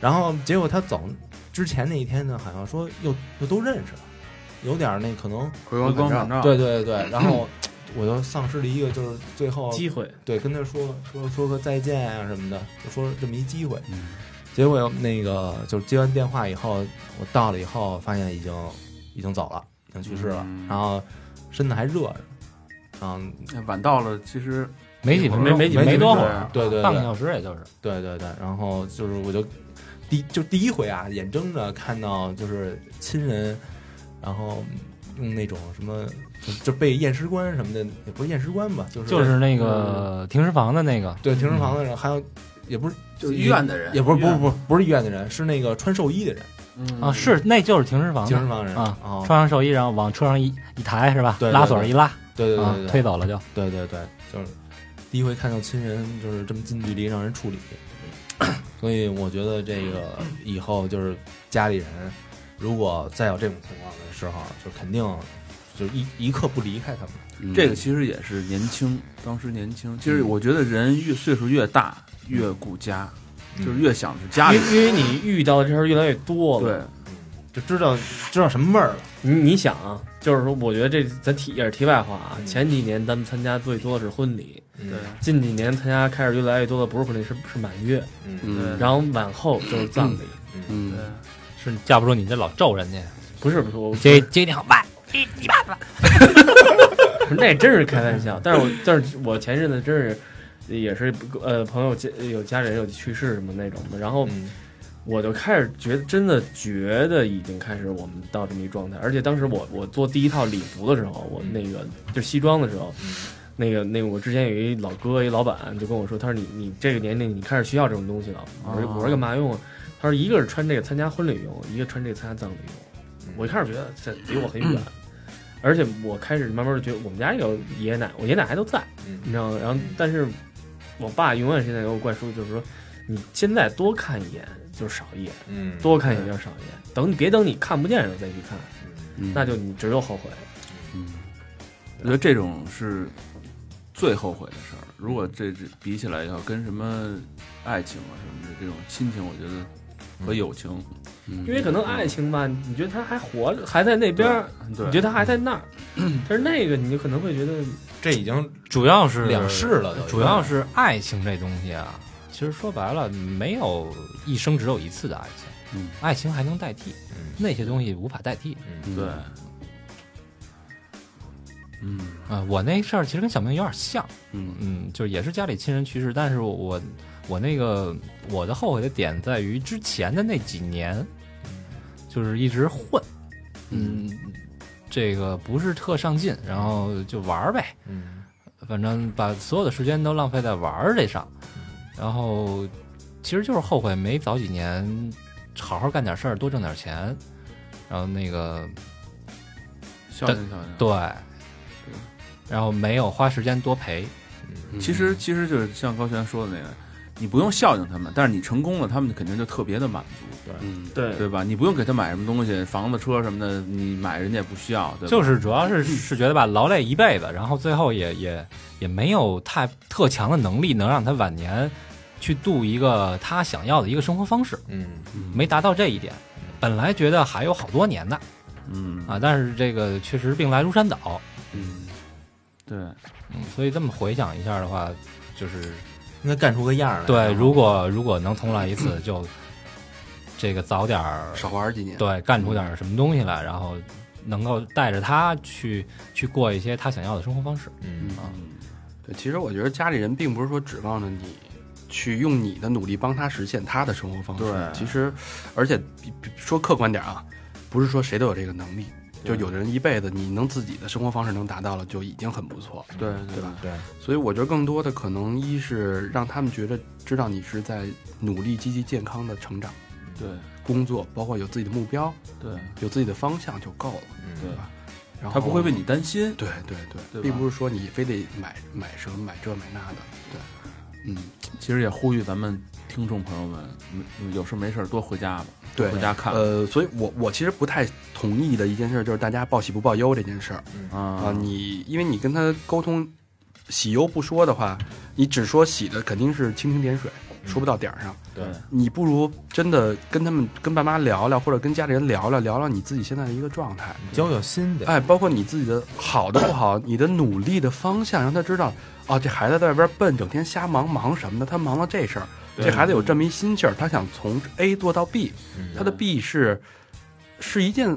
然后结果他走之前那一天呢，好像说又又都认识了，有点儿那可能，
回
回光
光
返
返照。
照，
对对对对，然后我就丧失了一个就是最后
机会，
对跟他说说说个再见啊什么的，就说这么一机会。
嗯，
结果那个就是接完电话以后，我到了以后发现已经已经走了，已经去世了，
嗯
然后身子还热着，然后
那晚到了，其实
没几
一会儿
分没没几
没几
没多
分
会
钟
儿，
对对
半个
对
小时也就是。
对对对，然后就是我就第就第一回啊，眼睁着看到就是亲人，然后用那种什么就就被验尸官什么的，也不是验尸官吧，就是
就是那个停尸房的那个，
对停尸房的人，还有也不是
就是医院的人，
也不是
医
不是
院
不是不是医院的人，是那个穿寿衣的人，
嗯
啊，是那就是停尸房
停
的
尸房人
啊
哦
穿上寿衣，然后往车上一一抬是吧？
对对
拉锁一拉
对对
啊
对，对
推走了就。
对对对，就是第一回看到亲人就是这么近距离让人处理，所以我觉得这个以后就是家里人如果再有这种情况的时候，就肯定就一一刻不离开他们。
嗯这个其实也是年轻，当时年轻。其实我觉得人越岁数越大，越顾家，
嗯
就是越想是家里
因。为因为你遇到的事儿越来越多了，
对，
就知道
嗯知道什么味儿了？
你你想啊，就是说，我觉得这咱题也是题外话啊
嗯。
前几年咱们参加最多的是婚礼，
嗯
对
近几年参加开始越来越多的不是婚礼，是是满月，
嗯
嗯，
然后往后就是葬礼。
嗯，
是架不住你这老咒人家，
不是不是，我
接接你好慢，你你爸爸。
不是那真是开玩笑。但是我 但是我前阵子真是也是呃朋友家有家人有去世什么那种的，然后
嗯
我就开始觉得真的觉得已经开始我们到这么一状态，而且当时我我做第一套礼服的时候，我那个就西装的时候，那个那个我之前有一老哥一老板就跟我说，他说你你这个年龄你开始需要这种东西了，我说
哦
我说干嘛用啊？他说一个是穿这个参加婚礼用，一个穿这个参加葬礼用
嗯。
我一开始觉得这离我很远， 而且我开始慢慢的觉得我们家有爷爷奶奶，我爷爷奶奶还都在，你
嗯
知道吗？然后，但是我爸永远现在给我灌输就是说，你现在多看一眼就是少一眼。
嗯
多看一眼就是少一眼。等你别等你看不见的时候再去看，
嗯
那就你只有后悔。
我觉得嗯这种是最后悔的事儿。如果这这比起来要跟什么爱情啊什么的这种亲情，我觉
嗯
得和友情，
嗯
嗯
因为可能爱情吧，你觉得他还活着，还在那边儿，
对
你觉得他还在那儿，但是那个你就可能会觉得，
这已经
主要是
两世了都，
主要是爱情这东西啊，其实说白了，没有一生只有一次的爱情，
嗯，
爱情还能代替
嗯
那些东西，无法代替
嗯
对，嗯
啊、我那事儿其实跟小明有点像，
嗯
嗯，就是也是家里亲人去世，但是我我我那个我的后悔的点在于之前的那几年，就是一直混，嗯，这个不是特上进，然后就玩儿呗，
嗯
反正把所有的时间都浪费在玩儿这上，然后其实就是后悔没早几年好好干点事儿，多挣点钱，然后那个
孝敬孝敬。
对，然后没有花时间多陪，
其实其实就是像高璇说的那个，你不用孝敬他们，但是你成功了，他们肯定就特别的满足，
嗯，
对
对吧？你不用给他买什么东西，房子、车什么的，你买人家也不需要，对吧？
就是主要是是觉得吧，劳累一辈子，然后最后也也也没有太特强的能力能让他晚年去度一个他想要的一个生活方式，
嗯
没达到这一点。嗯本来觉得还有好多年呢
嗯
啊，但是这个确实病来如山倒，
嗯，对，
嗯，所以这么回想一下的话，就是
应该干出个样儿来。
对，如果如果能重来一次，就这个早点
嗯
儿
少玩几年。
对干出点儿什么东西来，然后能够带着他去去过一些他想要的生活方式。
嗯
对，其实我觉得家里人并不是说指望着你去用你的努力帮他实现他的生活方式。
对
其实而且比比说客观点啊，不是说谁都有这个能力。就有的人一辈子你能自己的生活方式能达到了，就已经很不错了。
对
对吧？
对，
所以我觉得更多的可能一是让他们觉得知道你是在努力、积极、健康的成长、
对
工作，包括有自己的目标、
对，
有自己的方向就够了，
嗯
对吧？然后
他不会为你担心，
对对对，
对吧
并不是说你非得买买什么买这买那的，对，
嗯，其实也呼吁咱们听众朋友们，嗯有事没事儿多回家吧，
对
回家看
呃，所以我我其实不太同意的一件事就是大家报喜不报忧这件事儿啊、
啊，
你因为你跟他沟通喜忧不说的话，你只说喜的肯定是蜻蜓点水，
嗯
说不到点儿上。
对，
你不如真的跟他们、跟爸妈聊聊，或者跟家里人聊聊，聊聊你自己现在的一个状态。
交交心得，
哎，包括你自己的好的不好， 你的努力的方向，让他知道啊，这孩子在外边笨，整天瞎忙，忙什么呢？他忙了这事儿，这孩子有这么一心气儿，他想从 A 做到 B，
嗯
他的 B 是是一件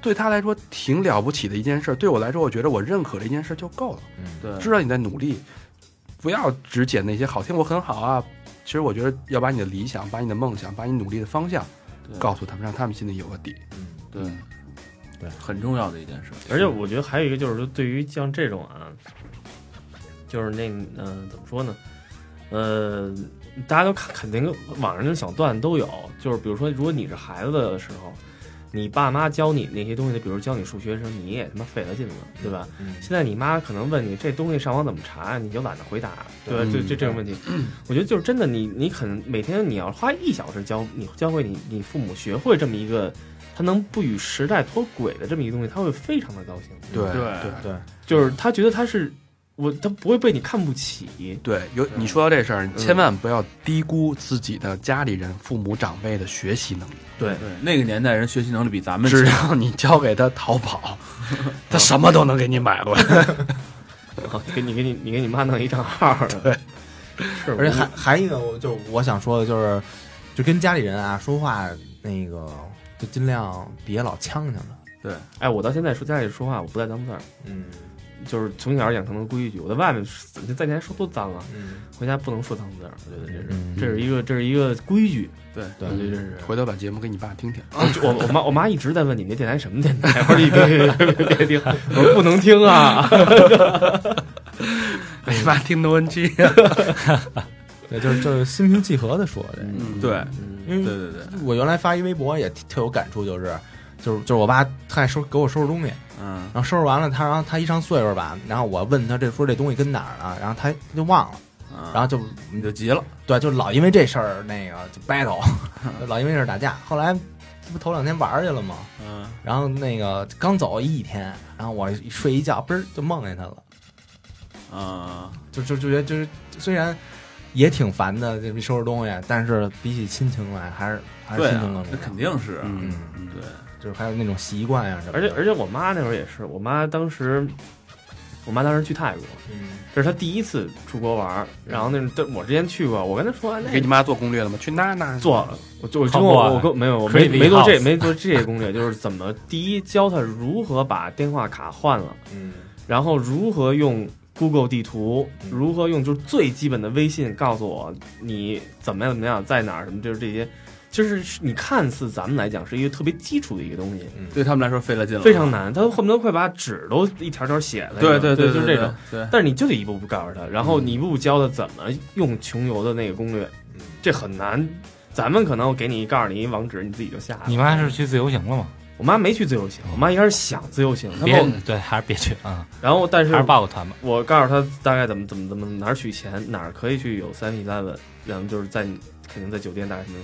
对他来说挺了不起的一件事儿，对我来说，我觉得我认可这件事就够了，
嗯
对，
知道你在努力，不要只捡那些好听我很好啊。其实我觉得要把你的理想、把你的梦想、把你努力的方向
对
告诉他们，让他们心里有个底。
嗯
对
对
很重要的一件事。
而且我觉得还有一个就是，说对于像这种啊，就是那嗯、呃怎么说呢？呃，大家都看肯定网上那种小段都有，就是比如说，如果你是孩子的时候，你爸妈教你那些东西，比如教你数学的时候，你也他妈费了劲了，对吧？
嗯
现在你妈可能问你这东西上网怎么查，你就懒得回答，对吧？
嗯
就就这种问题，我觉得就是真的你，你肯每天你要花一小时教你教会你你父母学会这么一个，他能不与时代脱轨的这么一个东西，他会非常的高兴，
对
对
对
对，
就是他觉得他是我，他不会被你看不起，
对，有你说到这事儿，你千万不要低估自己的家里人、父母长辈的学习能力。
对
对，那个年代人学习能力比咱们
只
强
要你交给他淘 宝，他什么都能给你买过来。
啊，给你给你你给你妈弄一账号，对，是，
而且还还一个，我就我想说的就是，就跟家里人啊说话那个，就尽量别老呛呛他。
哎，我到现在说家里说话，我不带脏字儿，
嗯
就是从小养成的规矩，我在外面在家说多脏啊，
嗯，
回家不能说脏字儿，我觉得这是。
嗯
这是一个，这是一个规矩。
对
对
我觉得这是。
回头把节目给你爸听听。
我就我我妈我妈一直在问你那电台什么电台， 我说你别别别别听，我说不能听啊。
你爸听 No N G，
对，就是就是心平气和的说这个，
嗯对
因
对
为
对对，
我原来发一微博也特有感触，就是就是就是我爸特爱收给我收拾东西，
嗯
然后收拾完了他，然后他一上岁数吧，然后我问他这说这东西跟哪儿啊，然后他就忘了，
嗯，
然后就
你就急了，
对，就老因为这事儿那个就 battle，就 老因为这事儿打架。后来这不头两天玩儿去了吗？
嗯，
然后那个刚走一天，然后我一睡一觉，嘣儿就梦见他了，
啊，
就就就觉得就是虽然也挺烦的，这收拾东西，但是比起亲情来，还是还是
对
亲
啊
情更重要。
那肯，定是，
嗯，
对，
就是还有那种习惯呀、什么
而
的
且而且我妈那会儿也是，我妈当时，我妈当时去泰国，
嗯，
这是她第一次出国玩儿，然后那但我之前去过，我跟她说哎那
给你妈做攻略了吗？去那那
做了，我就我
好
跟
过啊
我我跟没有我没
Creepy
没做这
house
没做这些攻略，就是怎么第一教她如何把电话卡换了，
嗯
然后如何用 Google 地图，
嗯
如何用就是最基本的微信告诉我你怎么样怎么样在哪儿什么，就是这些，就是是你看似咱们来讲是一个特别基础的一个东西，
对他们来说费了劲了，
非常难，他恨不得快把纸都一条条写了，
对，对
对
对，
就是
对
这种。，
对，
但是你就得一步步告诉他，然后你一步步教他怎么用穷游的那个攻略，
嗯
这很难。咱们可能我给你告诉你一网址，你自己就下了。
你妈是去自由行了吗？
我妈没去自由行，我妈一开始想自由行，她
别
跟我
对，还是别去啊，
然后但是
还是报个团吧。
我告诉他大概怎么怎么怎么哪儿取钱，哪儿可以去有 Seven Eleven，然后就是在肯定在酒店大概什么。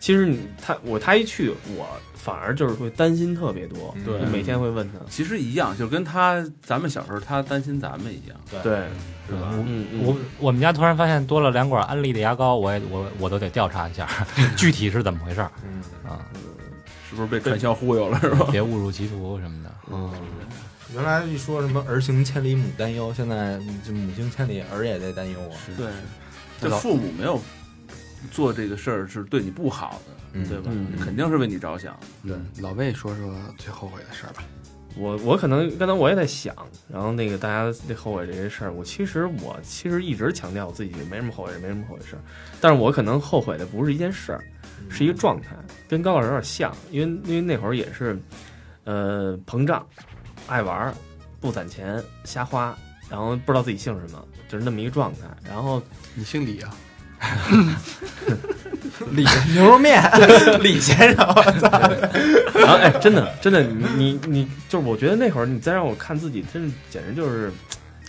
其实你他我他一去，我反而就是会担心特别多，
对
我每天会问他，
其实一样，就跟他咱们小时候他担心咱们一样，
对，
是吧？
嗯，嗯
我我们家突然发现多了两管安利的牙膏，我也我我都得调查一下， 具体是怎么回事儿
嗯，
啊？
是不是被传销忽悠了？是吧？
别误入歧途什么的。
原来一说什么儿行千里母担忧，现在就母行千里儿也在担忧啊。
对，这父母没有做这个事儿是对你不好的，
嗯
对吧
嗯？
肯定是为你着想。
对，老魏说说最后悔的事儿吧。
我我可能刚才我也在想，然后那个大家这后悔这些事儿，我其实我其实一直强调我自己没什么后悔，没什么后悔事儿，但是我可能后悔的不是一件事儿，是一个状态，跟高老师有点像，因为因为那会儿也是，呃，膨胀，爱玩儿，不攒钱，瞎花，然后不知道自己姓什么，就是那么一个状态，然后
你姓李啊？
李牛肉面，李先生，
然后哎，真的真的，你你你就是我觉得那会儿你再让我看自己，真是简直就是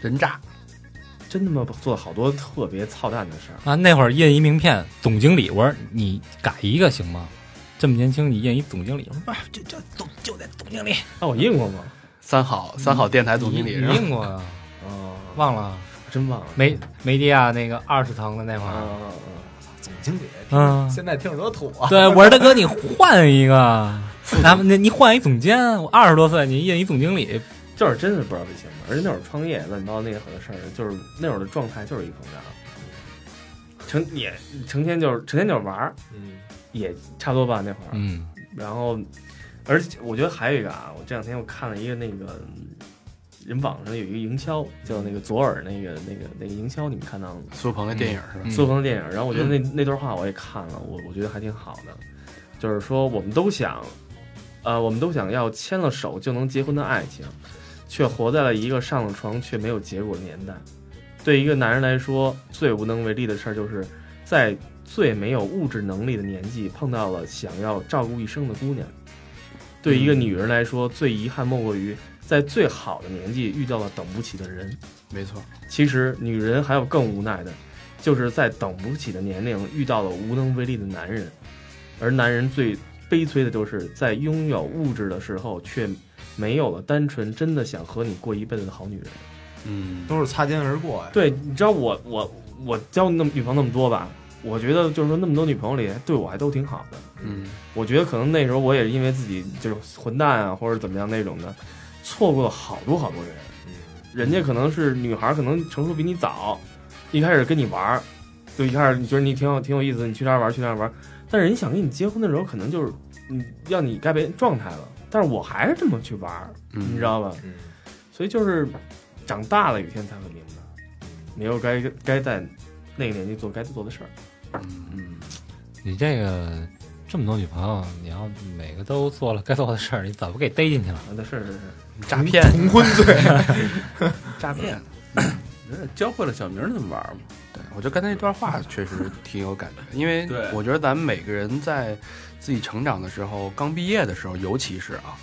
人渣，
真他妈做了好多特别操蛋的事儿。
啊，那会儿印一名片，总经理，我说你改一个行吗？这么年轻，你印一总经理，我说啊这这总就得总经理，
啊，我印过吗？
三好三好电台总经理
你
是吧？
印过啊？
嗯
哦，
忘了
真忘了
梅梅迪亚那个二十层的那会儿，
啊，
总经理，
嗯
现在听着多土啊！
对，我说大哥，你换一个，咱们那你换一总监，我二十多岁，你印一总经理，
就是真是不知道为什么，而且那会儿创业乱七八糟那个很多事儿，就是那会儿的状态就是一膨胀，成也成天就是成天就是玩儿，
嗯，
也差不多吧那会儿。
嗯
然后，而且我觉得还有一个啊，我这两天我看了一个那个嗯人网上有一个营销，叫那个左耳那个那个那个营销，你们看到了吗？
苏有朋的电影是吧？
嗯
苏鹏的电影，然后我觉得那、那段话我也看了，我我觉得还挺好的，就是说我们都想，呃，我们都想要牵了手就能结婚的爱情，却活在了一个上了床却没有结果的年代。对一个男人来说，最无能为力的事儿就是在最没有物质能力的年纪碰到了想要照顾一生的姑娘。对一个女人来说，最遗憾莫过于在最好的年纪遇到了等不起的人。
没错，
其实女人还有更无奈的，就是在等不起的年龄遇到了无能为力的男人，而男人最悲催的就是在拥有物质的时候，却没有了单纯真的想和你过一辈子的好女人。
嗯，
都是擦肩而过呀。
对，你知道我我我交那么女朋友那么多吧，我觉得就是说那么多女朋友里，对我还都挺好的。
嗯，
我觉得可能那时候我也是因为自己就是混蛋啊，或者怎么样那种的，错过了好多好多人。嗯人家可能是女孩，可能成熟比你早，一开始跟你玩儿，就一开始你觉得你挺有挺有意思，你去那儿玩儿去那儿玩儿，但是人想跟你结婚的时候，可能就是你要你改变状态了，但是我还是这么去玩儿，
嗯
你知道吧？
嗯，
所以就是长大了有一天才会明白，没有该该在那个年纪做该做的事儿。
你这个这么多女朋友，你要每个都做了该做的事儿，你早不给逮进去了。
啊，那是是是，
诈骗，
同婚罪，
诈骗。
人家教会了小明儿怎么玩嘛。
对，我觉得刚才那段话确实挺有感觉，因为
对
我觉得咱们每个人在自己成长的时候，刚毕业的时候，尤其是啊，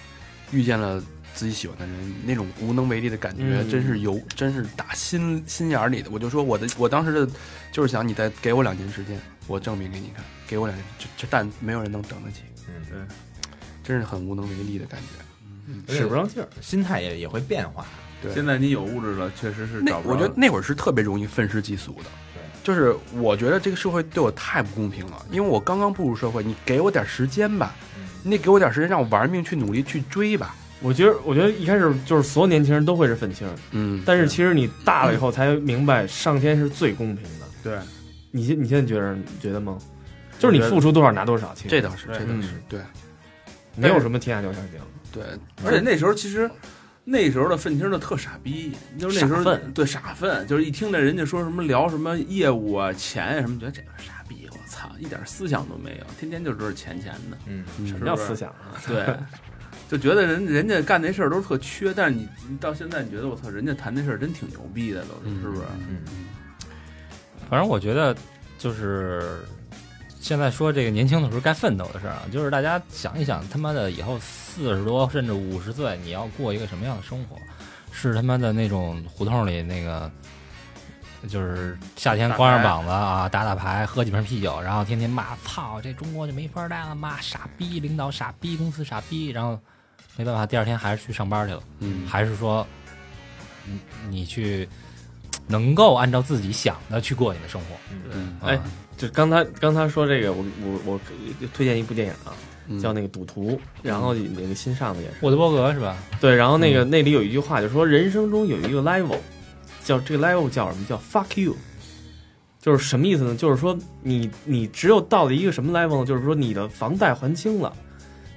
遇见了自己喜欢的人，那种无能为力的感觉，
嗯
真是由真是打心心眼儿里的。我就说我的，我当时的就是想，你再给我两年时间，我证明给你看，给我两年，这这但没有人能等得起，
嗯，
真是很无能为力的感觉。
使不上劲儿。
心态也也会变化。
对
现在你有物质了，确实是
那
找不着。
我觉得那会儿是特别容易愤世嫉俗的，就是我觉得这个社会对我太不公平了，因为我刚刚步入社会，你给我点时间吧，
嗯，
你得给我点时间让我玩命去努力去追吧。
我觉得，我觉得一开始就是所有年轻人都会是愤青儿，
嗯，
但是其实你大了以后才明白，上天是最公平的。
对，
你现你现在觉得你觉得吗？就是你付出多少拿多少，其实
这倒是，这倒
嗯
是，对
没有什么天下掉下井。
对，
而且那时候其实。那时候的愤青都特傻逼，就是那时候
傻愤
对傻愤，就是一听见人家说什么聊什么业务啊、钱啊什么，觉得这个傻逼，我操，一点思想都没有，天天就知道钱钱的。
嗯，
是
什
不
么叫
是
思想啊？
对，就觉得人人家干那事儿都是特缺，但是你你到现在你觉得我操，人家谈那事儿真挺牛逼的，都是
嗯
是不是？
嗯，
反正我觉得就是现在说这个年轻的时候该奋斗的事儿啊，就是大家想一想，他妈的以后四十多甚至五十岁，你要过一个什么样的生活？是他妈的那种胡同里那个，就是夏天光着膀子啊，打打牌，喝几瓶啤酒，然后天天骂操，这中国就没法干了，骂傻逼，领导傻逼，公司傻逼，然后没办法，第二天还是去上班去了。
嗯，
还是说，你你去能够按照自己想的去过你的生活？
嗯
哎
啊，
就刚才刚才说这个，我我我推荐一部电影啊，
嗯
叫那个《赌徒》，然后那个新上的也是
沃德伯格是吧？
嗯
对，然后那个那里有一句话，就说人生中有一个 level，叫这个 level 叫什么？叫 fuck you，就是什么意思呢？就是说你你只有到了一个什么 level 呢？就是说你的房贷还清了，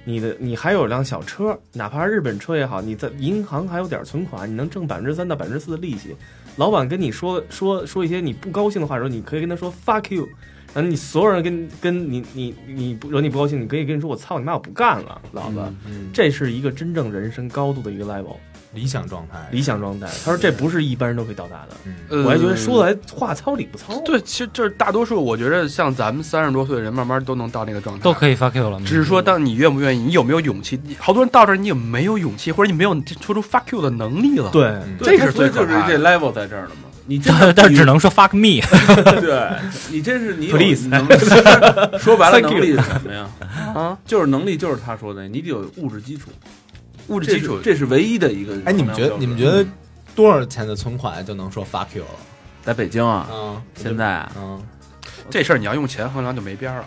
你的你还有辆小车，哪怕是日本车也好，你在银行还有点存款，你能挣百分之三到百分之四的利息。老板跟你说说说一些你不高兴的话的时候，你可以跟他说 fuck you。然后你所有人跟跟你你你不惹你不高兴，你可以跟你说我操你妈我不干了，老子。
嗯，
这是一个真正人生高度的一个 level，
理想状态，
理，想状态。他说这不是一般人都可以到达的，
嗯，
呃
我还觉得说。来话糙理不糙。
对，其实就是大多数，我觉得像咱们三十多岁的人，慢慢都能到那个状态，
都可以 fuck you 了，嗯
只是说，当你愿不愿意，你有没有勇气？你好多人到这儿，你也没有勇气，或者你没有说出 fuck you 的能力了。，
对，
这是
所
最
以就
可
是
怕的
这 level 在这儿了嘛。你真
但
的
但
你
只能说 fuck me。
对你真是你有
Please
能力说白了
Thank
能
you
力是什么呀？
啊，
就是能力，就是他说的，你得有物质基础，
物质
这
基
是
础，
这是唯一的一个衡量标准。嗯
哎，你们觉得你们觉得多少钱的存款就能说 fuck you 了？
在北京啊，
嗯
现在啊，
嗯，
这事儿你要用钱衡量就没边儿了。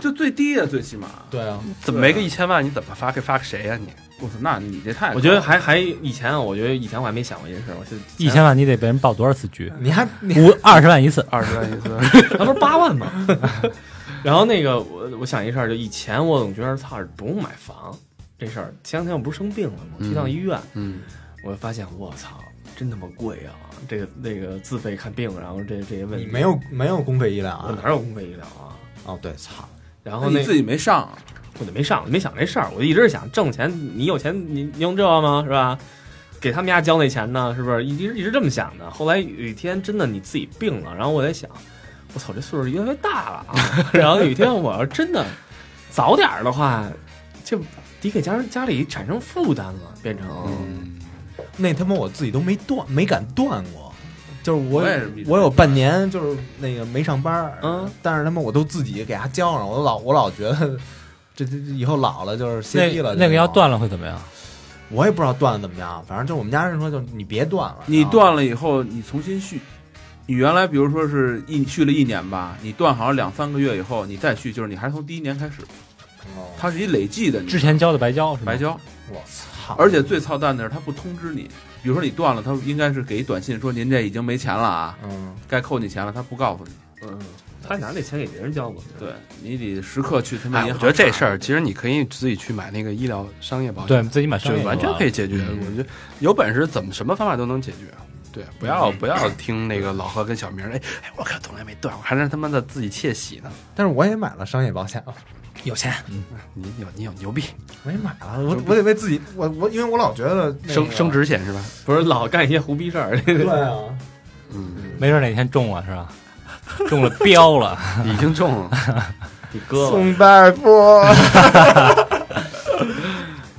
就最低的最起码。
对啊，
怎么没个一千万？你怎么发给发给谁呀、你？
我操，那你这太高了……
我觉得还还以前啊，我觉得以前我还没想过这事儿，我现在
一千万你得被人报多少次局？
你还你
五二十万一次，
嗯二
啊
十万一次，
那不是八万吗？ 然后那个我我想一事儿，就以前我总觉得操不用买房这事儿，前两天我不是生病了吗？我去趟医院，
嗯，
我发现我操，真他妈贵啊！这个那个自费看病，然后这这些问
你
题，
没有没有公费医疗
我
啊？
哪有公费医疗啊？
哦，对，操，
然
那
后
你
那
自己没上，啊
我就没上，没想这事儿，我就一直想挣钱，你有钱你你用这吗？是吧？给他们家交那钱呢，是不是？一直一直这么想的。后来有一天真的你自己病了，然后我在想，我操，这岁数越来越大了 啊。然后有一天我要真的早点儿的话，就得给家家里产生负担了，变成、
嗯
那他妈我自己都没断，没敢断过。就是我
我也是一直
我有半年就是那个没上班儿，
嗯，
但是他妈我都自己给他交上，我都老我老觉得这这这以后老了就是歇逼了
那那个要
这种
断了会怎么样？
我也不知道断的怎么样，反正就我们家人说，就是你别断了，啊
你
然后
断了以后，你重新续。你原来比如说是一续了一年吧，你断好像两三个月以后，你再续，就是你还是从第一年开始，
哦
它是一累计的，你
之前交的白交是吗
白。交。
我操！
而且最操蛋的是，它不通知你。比如说你断了，它应该是给短信说您这已经没钱了啊，
嗯，
该扣你钱了，它不告诉你。
嗯，他拿那钱给别人交嘛。
对你得时刻去
嗯
他们
哎，
银
我
行查。
觉得这事儿其实你可以自己去买那个医疗商业保
对
险，
自己买商
就
业
完全可以解决。
嗯
我觉得有本事怎么什么方法都能解决。对，不要
嗯
不要听那个老何跟小明儿，哎哎，我可从来没断，我还让他妈的自己窃喜呢。
但是我也买了商业保险了，有钱，
你有你有牛逼，
我也买了，我我得为自己，我我因为我老觉得那个
升升，值险是吧？
不是老干一些胡逼事儿，
对啊，
嗯，
没准哪天中了是吧？中了 标了，
嗯
已经中 了。
你哥了。
宋大 夫，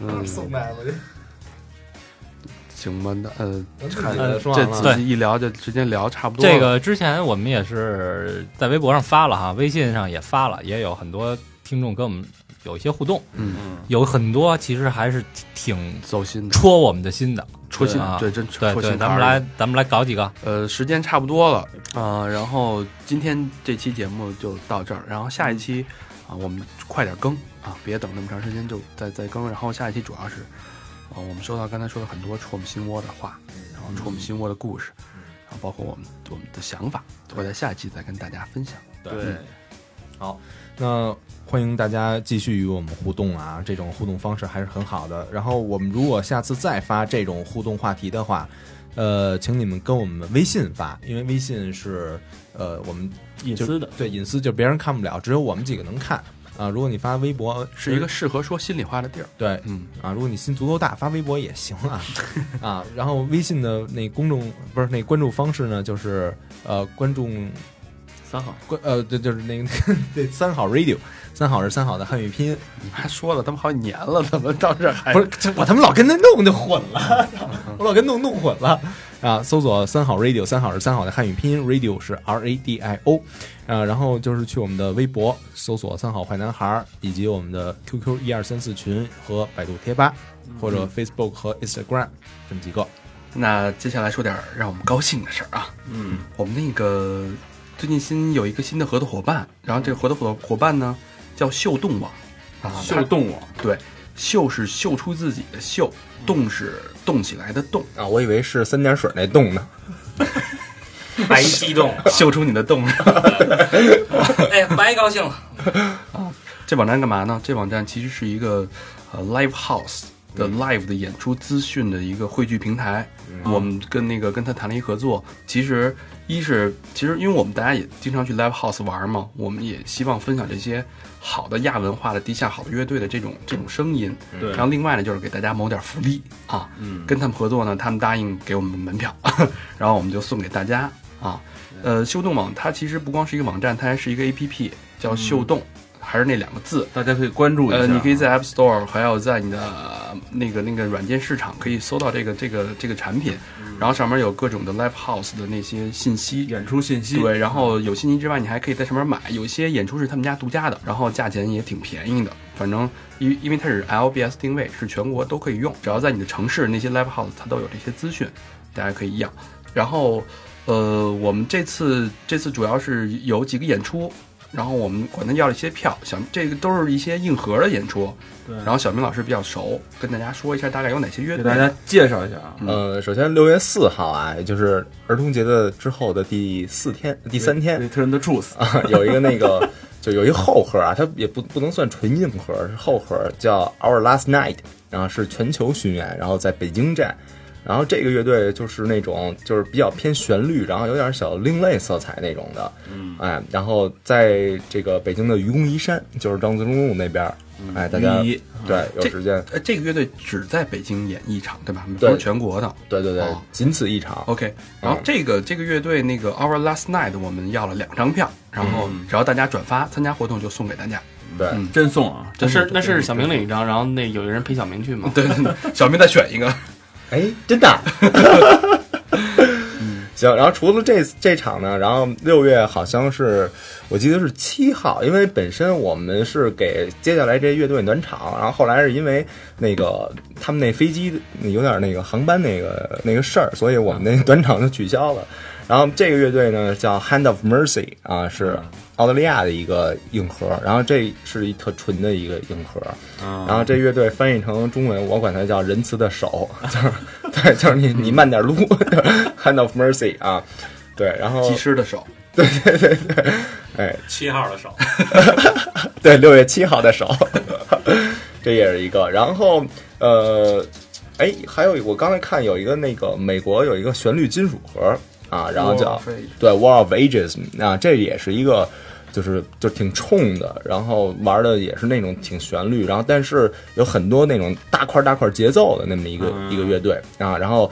嗯，
宋大 夫，
行吧，那呃，
看说
这
完了
仔细一聊就直接聊差不多了。
这个之前我们也是在微博上发了哈，微信上也发了，也有很多听众跟我们有一些互动，
嗯，
有很多其实还是挺
走心的，
戳我们的心的。
戳心
对啊，
对，真
对
戳
对，
心坎
咱
儿
们
里
来咱们来搞几个，
呃，时间差不多了啊、然后今天这期节目就到这儿，然后下一期啊、我们快点更啊，别等那么长时间就再再更。然后下一期主要是啊、我们收到刚才说的很多戳我们心窝的话，然后戳我们心窝的故事，然后包括我们呃我们
嗯
的想法，都会在下一期再跟大家分享。
对，
那欢迎大家继续与我们互动啊，这种互动方式还是很好的。然后我们如果下次再发这种互动话题的话，呃，请你们跟我们微信发，因为微信是呃我们
隐
就
私的，
对隐私，就别人看不了，只有我们几个能看啊、如果你发微博
是一个适合说心里话的地儿，
对
嗯，
啊，如果你心足够大，发微博也行啊啊。然后微信的那公众不是那关注方式呢，就是呃关注
三好，
关呃对就是那个 对三好 radio，三好是三好的汉语拼音。
你妈说了他们好几年了，怎么到这儿还
不是，这我他妈老跟他弄就混了， 我老跟弄弄混了啊！搜索三好 radio，三好是三好的汉语拼音，radio 是 R A D I O，啊，然后就是去我们的微博搜索“三好坏男孩儿”，以及我们的 QQ 一二三四群和百度贴吧，或者 Facebook 和 Instagram 这么几个。
那接下来说点儿让我们高兴的事儿啊。嗯，我们那个最近新有一个新的合作伙伴，然后这个合作伙伙伴呢叫秀动网啊，
秀动我，
它对，秀是秀出自己的秀，动是动起来的动，
啊，我以为是三点水那洞呢。
白激动，
秀出你的动。
哎，白高兴了。
这网站干嘛呢？这网站其实是一个呃 live house 的
嗯
live 的演出资讯的一个汇聚平台。我们跟那个跟他谈了一合作，其实一是其实因为我们大家也经常去 live house 玩嘛，我们也希望分享这些好的亚文化的地下好的乐队的这种这种声音。
嗯对
然后另外呢，就是给大家谋点福利啊。
嗯，
跟他们合作呢，他们答应给我们门票， 然后我们就送给大家啊。呃，秀动网它其实不光是一个网站，它还是一个 APP，叫秀动，还是那两个字。
大家可以关嗯注一下。啊
呃，你可以在 App Store 还有在你的呃那个那个软件市场可以搜到这个这个这个产品，
嗯
然后上面有各种的 Live House 的那些信息。
演出信息，
对，然后有信息之外，你还可以在上面买，有一些演出是他们家独家的，然后价钱也挺便宜的。反正因为因为它是 LBS 定位，是全国都可以用，只要在你的城市那些 Live House 它都有这些资讯，大家可以一样。然后呃，我们这次这次主要是有几个演出，然后我们管他要了一些票，小这个都是一些硬核的演出。
对
然后小明老师比较熟，跟大家说一下大概有哪些乐
给
队。
大家介绍一下啊，
呃，首先六月四号啊，也就是儿童节的之后的第四天、第
第
三天
Return the Truth，
啊， 有一个那个就有一个后盒啊，它也不不能算纯硬盒，是后盒，叫 Our Last Night，然后是全球巡演，然后在北京站。然后这个乐队就是那种就是比较偏旋律，然后有点小另类色彩那种的，嗯，哎，然后在这个北京的愚公移山，就是张自忠路那边儿，
嗯
哎，大家
一
对有时间，
呃，这个乐队只在北京演一场，对吧？不
对
是全国的。
对对对
哦，
仅此一场，
OK，然后这个、这个乐队那个 Our Last Night 我们要了两张票，然后只要大家转发参加活动就送给大家。
对，
真送啊，
那
真
是
的
那是小明领一张，然后那有人陪小明去吗？
对对对，小明再选一个。
哎，真的。嗯行，然后除了这这场呢，然后六月好像是我记得是七号，因为本身我们是给接下来这乐队暖场，然后后来是因为那个他们那飞机有点那个航班那个那个事儿，所以我们那短场就取消了。然后这个乐队呢叫 Hand of Mercy 啊，是澳大利亚的一个硬核，然后这是一特纯的一个硬核，然后这乐队翻译成中文，我管它叫仁慈的手，就是对，就是你你慢点撸 ，Hand of Mercy 啊，对，然后
技师的手，
七号的手，
对，六月七号的手， 这也是一个。然后呃，哎，还有一我刚才看有一个那个美国有一个旋律金属盒啊，然后叫对 War of Ages 啊，这也是一个。就是就挺冲的，然后玩的也是那种挺旋律，然后但是有很多那种大块大块节奏的那么一个、
嗯
一个乐队啊，然后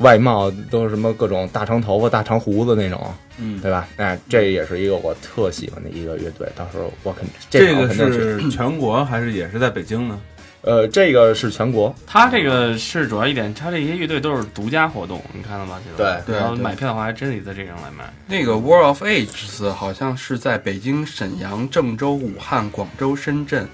外貌都是什么各种大长头发、大长胡子那种，
嗯，
对吧？哎，这也是一个我特喜欢的一个乐队，到时候我肯
这
场
个
我肯定去。
是全国还是也是在北京呢？
呃，这个是全国，
他这个是主要一点，他这些乐队都是独家活动，你看到吗？这个
对
然后
对
买票的话还真得在这上来买。
那个 War of Ages 好像是在北京、沈阳、郑州、武汉、广州、深圳、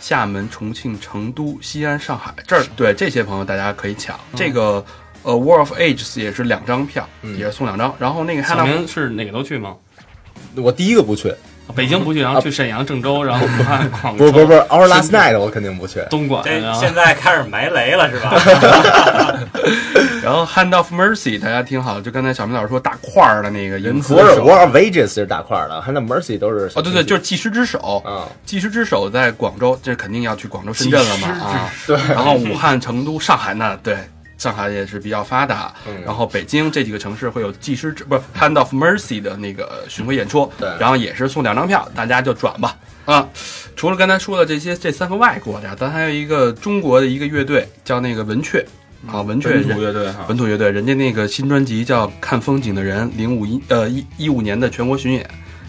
厦门、重庆、成都、西安、上海这儿，对这些朋友大家可以抢。这个呃 War of Ages 也是两张票，
嗯
也是送两张。然后那个 h
小
a n
明是哪个都去吗？
我第一个不去，
北京不去，然后去沈阳、郑州，然后武汉、广
啊不是
哦
州、
不是不是，Our Last Night 我肯定不去。
东莞，
这
然后
现在开始埋雷了是吧？
然后 Hand of Mercy 大家听好，就刚才小明老师说大块儿的那个银
不
河
是
手，
，War of Ages 是大块儿的，还有 Mercy 都是小
哦对对，
清新
就是技师之手，
啊，
技师之手在广州，这肯定要去广州、深圳了嘛啊。
对，
然后武汉、成都、上海呢，对，上海也是比较发达。
嗯
然后北京这几个城市会有技师之不是 Hand of Mercy 的那个巡回演出，
对
然后也是送两张票，大家就转吧啊。除了刚才说的这些这三个外国的呀，咱还有一个中国的一个乐队叫那个文雀啊，文雀
嗯本
人
土乐队哈，
本土乐队，人家那个新专辑叫《看风景的人》，零五一呃一一五年的全国巡演，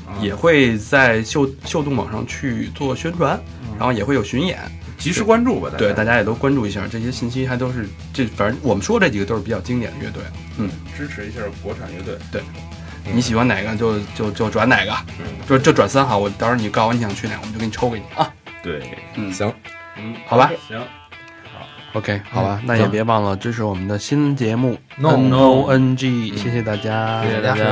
啊
也会在秀秀动网上去做宣传，然后也会有巡演，
嗯及时关注吧，
对，大
家
家也都关注一下这些信息，还都是这反正我们说这几个都是比较经典的乐队，
支持一下国产乐队。
你喜欢哪个就就就转哪个，就就转三号，我到时候你告诉我你想去哪，我们就给你抽给你啊，
对，
行，
好吧嗯
行，
？OK，好吧，那也别忘了支持我们的新节目
No
N O N G，谢谢嗯大家，
谢谢大家。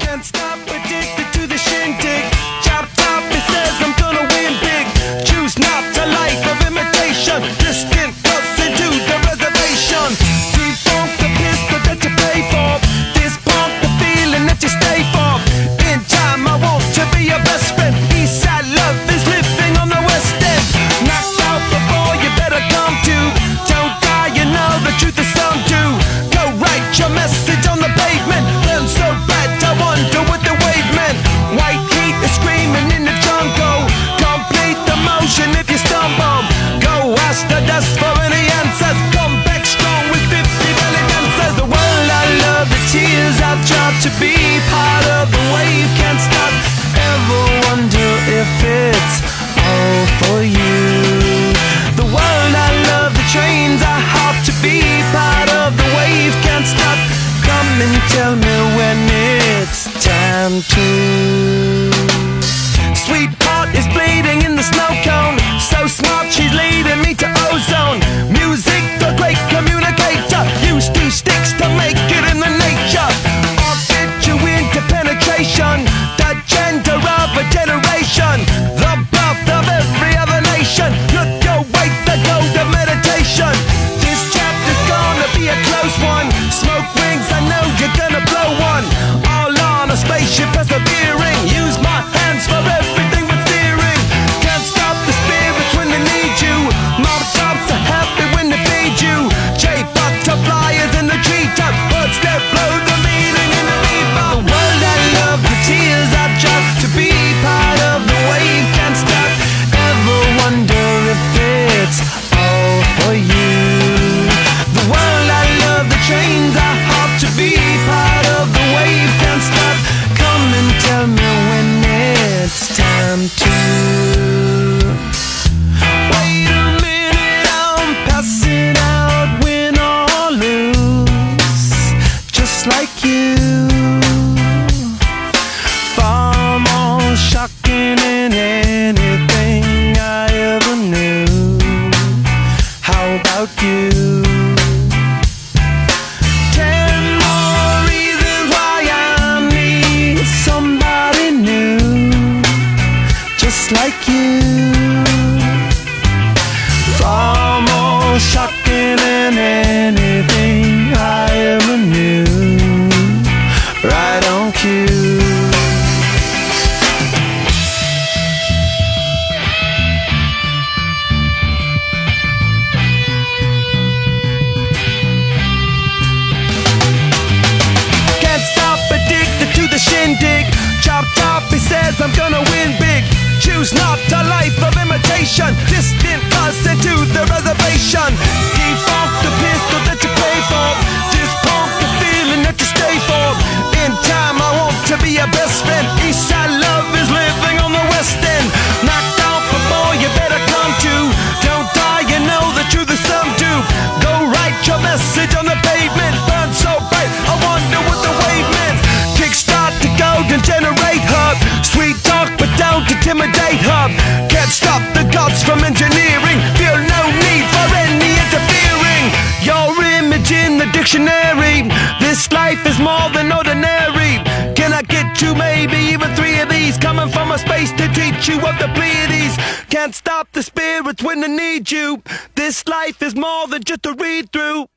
Can't stop, addicted to the shindig. Chop top, it says I'm gonna win big. Choose not to life of imitation. Distant us into the reservation. Defunk the pistol that you pay for. Dispunk the feeling that you stay for. In time, I want to be your best friend. Eastside love is living on the west end. Knocked out before you better come to. Don't die, you know the truth is some do. Go write your message on the pavement. Them so bad, I wonder what the wave meant. White heat is screaming in the jungle. Complete the motion if you stumble. Go ask the dust for any answers. Come back strong with 50 belly dancers. The world I love, the tears I've dropped to be part of the wave can't stop. Ever wonder if it's all for you? The world I love, the trains I hop to be part of the wave can't stop. Come and tell me when it's time to. Sweetheart is bleeding in the snow cone. So smart, she's leading me to ozone. Music, the great communicator. Used two sticks to make it in the nature. Off patient, persevering. Use my hands for everything but steering. Can't stop the spirits when they need you. Mob tops are happy when they feed you. J-pop top flyers in the treetop. Birds that blow the meaning in the bebop. The world I love, the tears I drop. To be part of the wave can't stop. Ever wonder if it's all for you? The world I love, the chains I hop to be part of the wave can't stop. Come and tell me when it's time to. Wait a minute, I'm passing out, win or lose, just like you. Far more shocking than anything I ever knew. How about you? Ten more reasons why I need somebody new, just like you. Far more shocking than anything I ever knew. Right on cue. Can't stop, addicted to the shindig. Chop top, he says I'm gonna win big. Choose not a life of imitation. Distant us into the reservation. Default the pistol that you pay for. Dispunk the feeling that you stay for. In time, I want to be your best friend. Eastside love is living on the west end. Knocked out before you better come to. Don't die, you know the truth is some do. Go write your message on the pavement. Burn so bright, I wonder what the wave meant. Kickstart the golden generate hub. Sweet talk, but don't intimidate hub. Can't stop the gods from engineering. Feel no need for any interfering. Your image in the dictionary. This life is more than ordinary. Can I get two, maybe even three of these? Coming from a space to teach you of the Pleiades. Can't stop the spirits when they need you. This life is more than just a read through.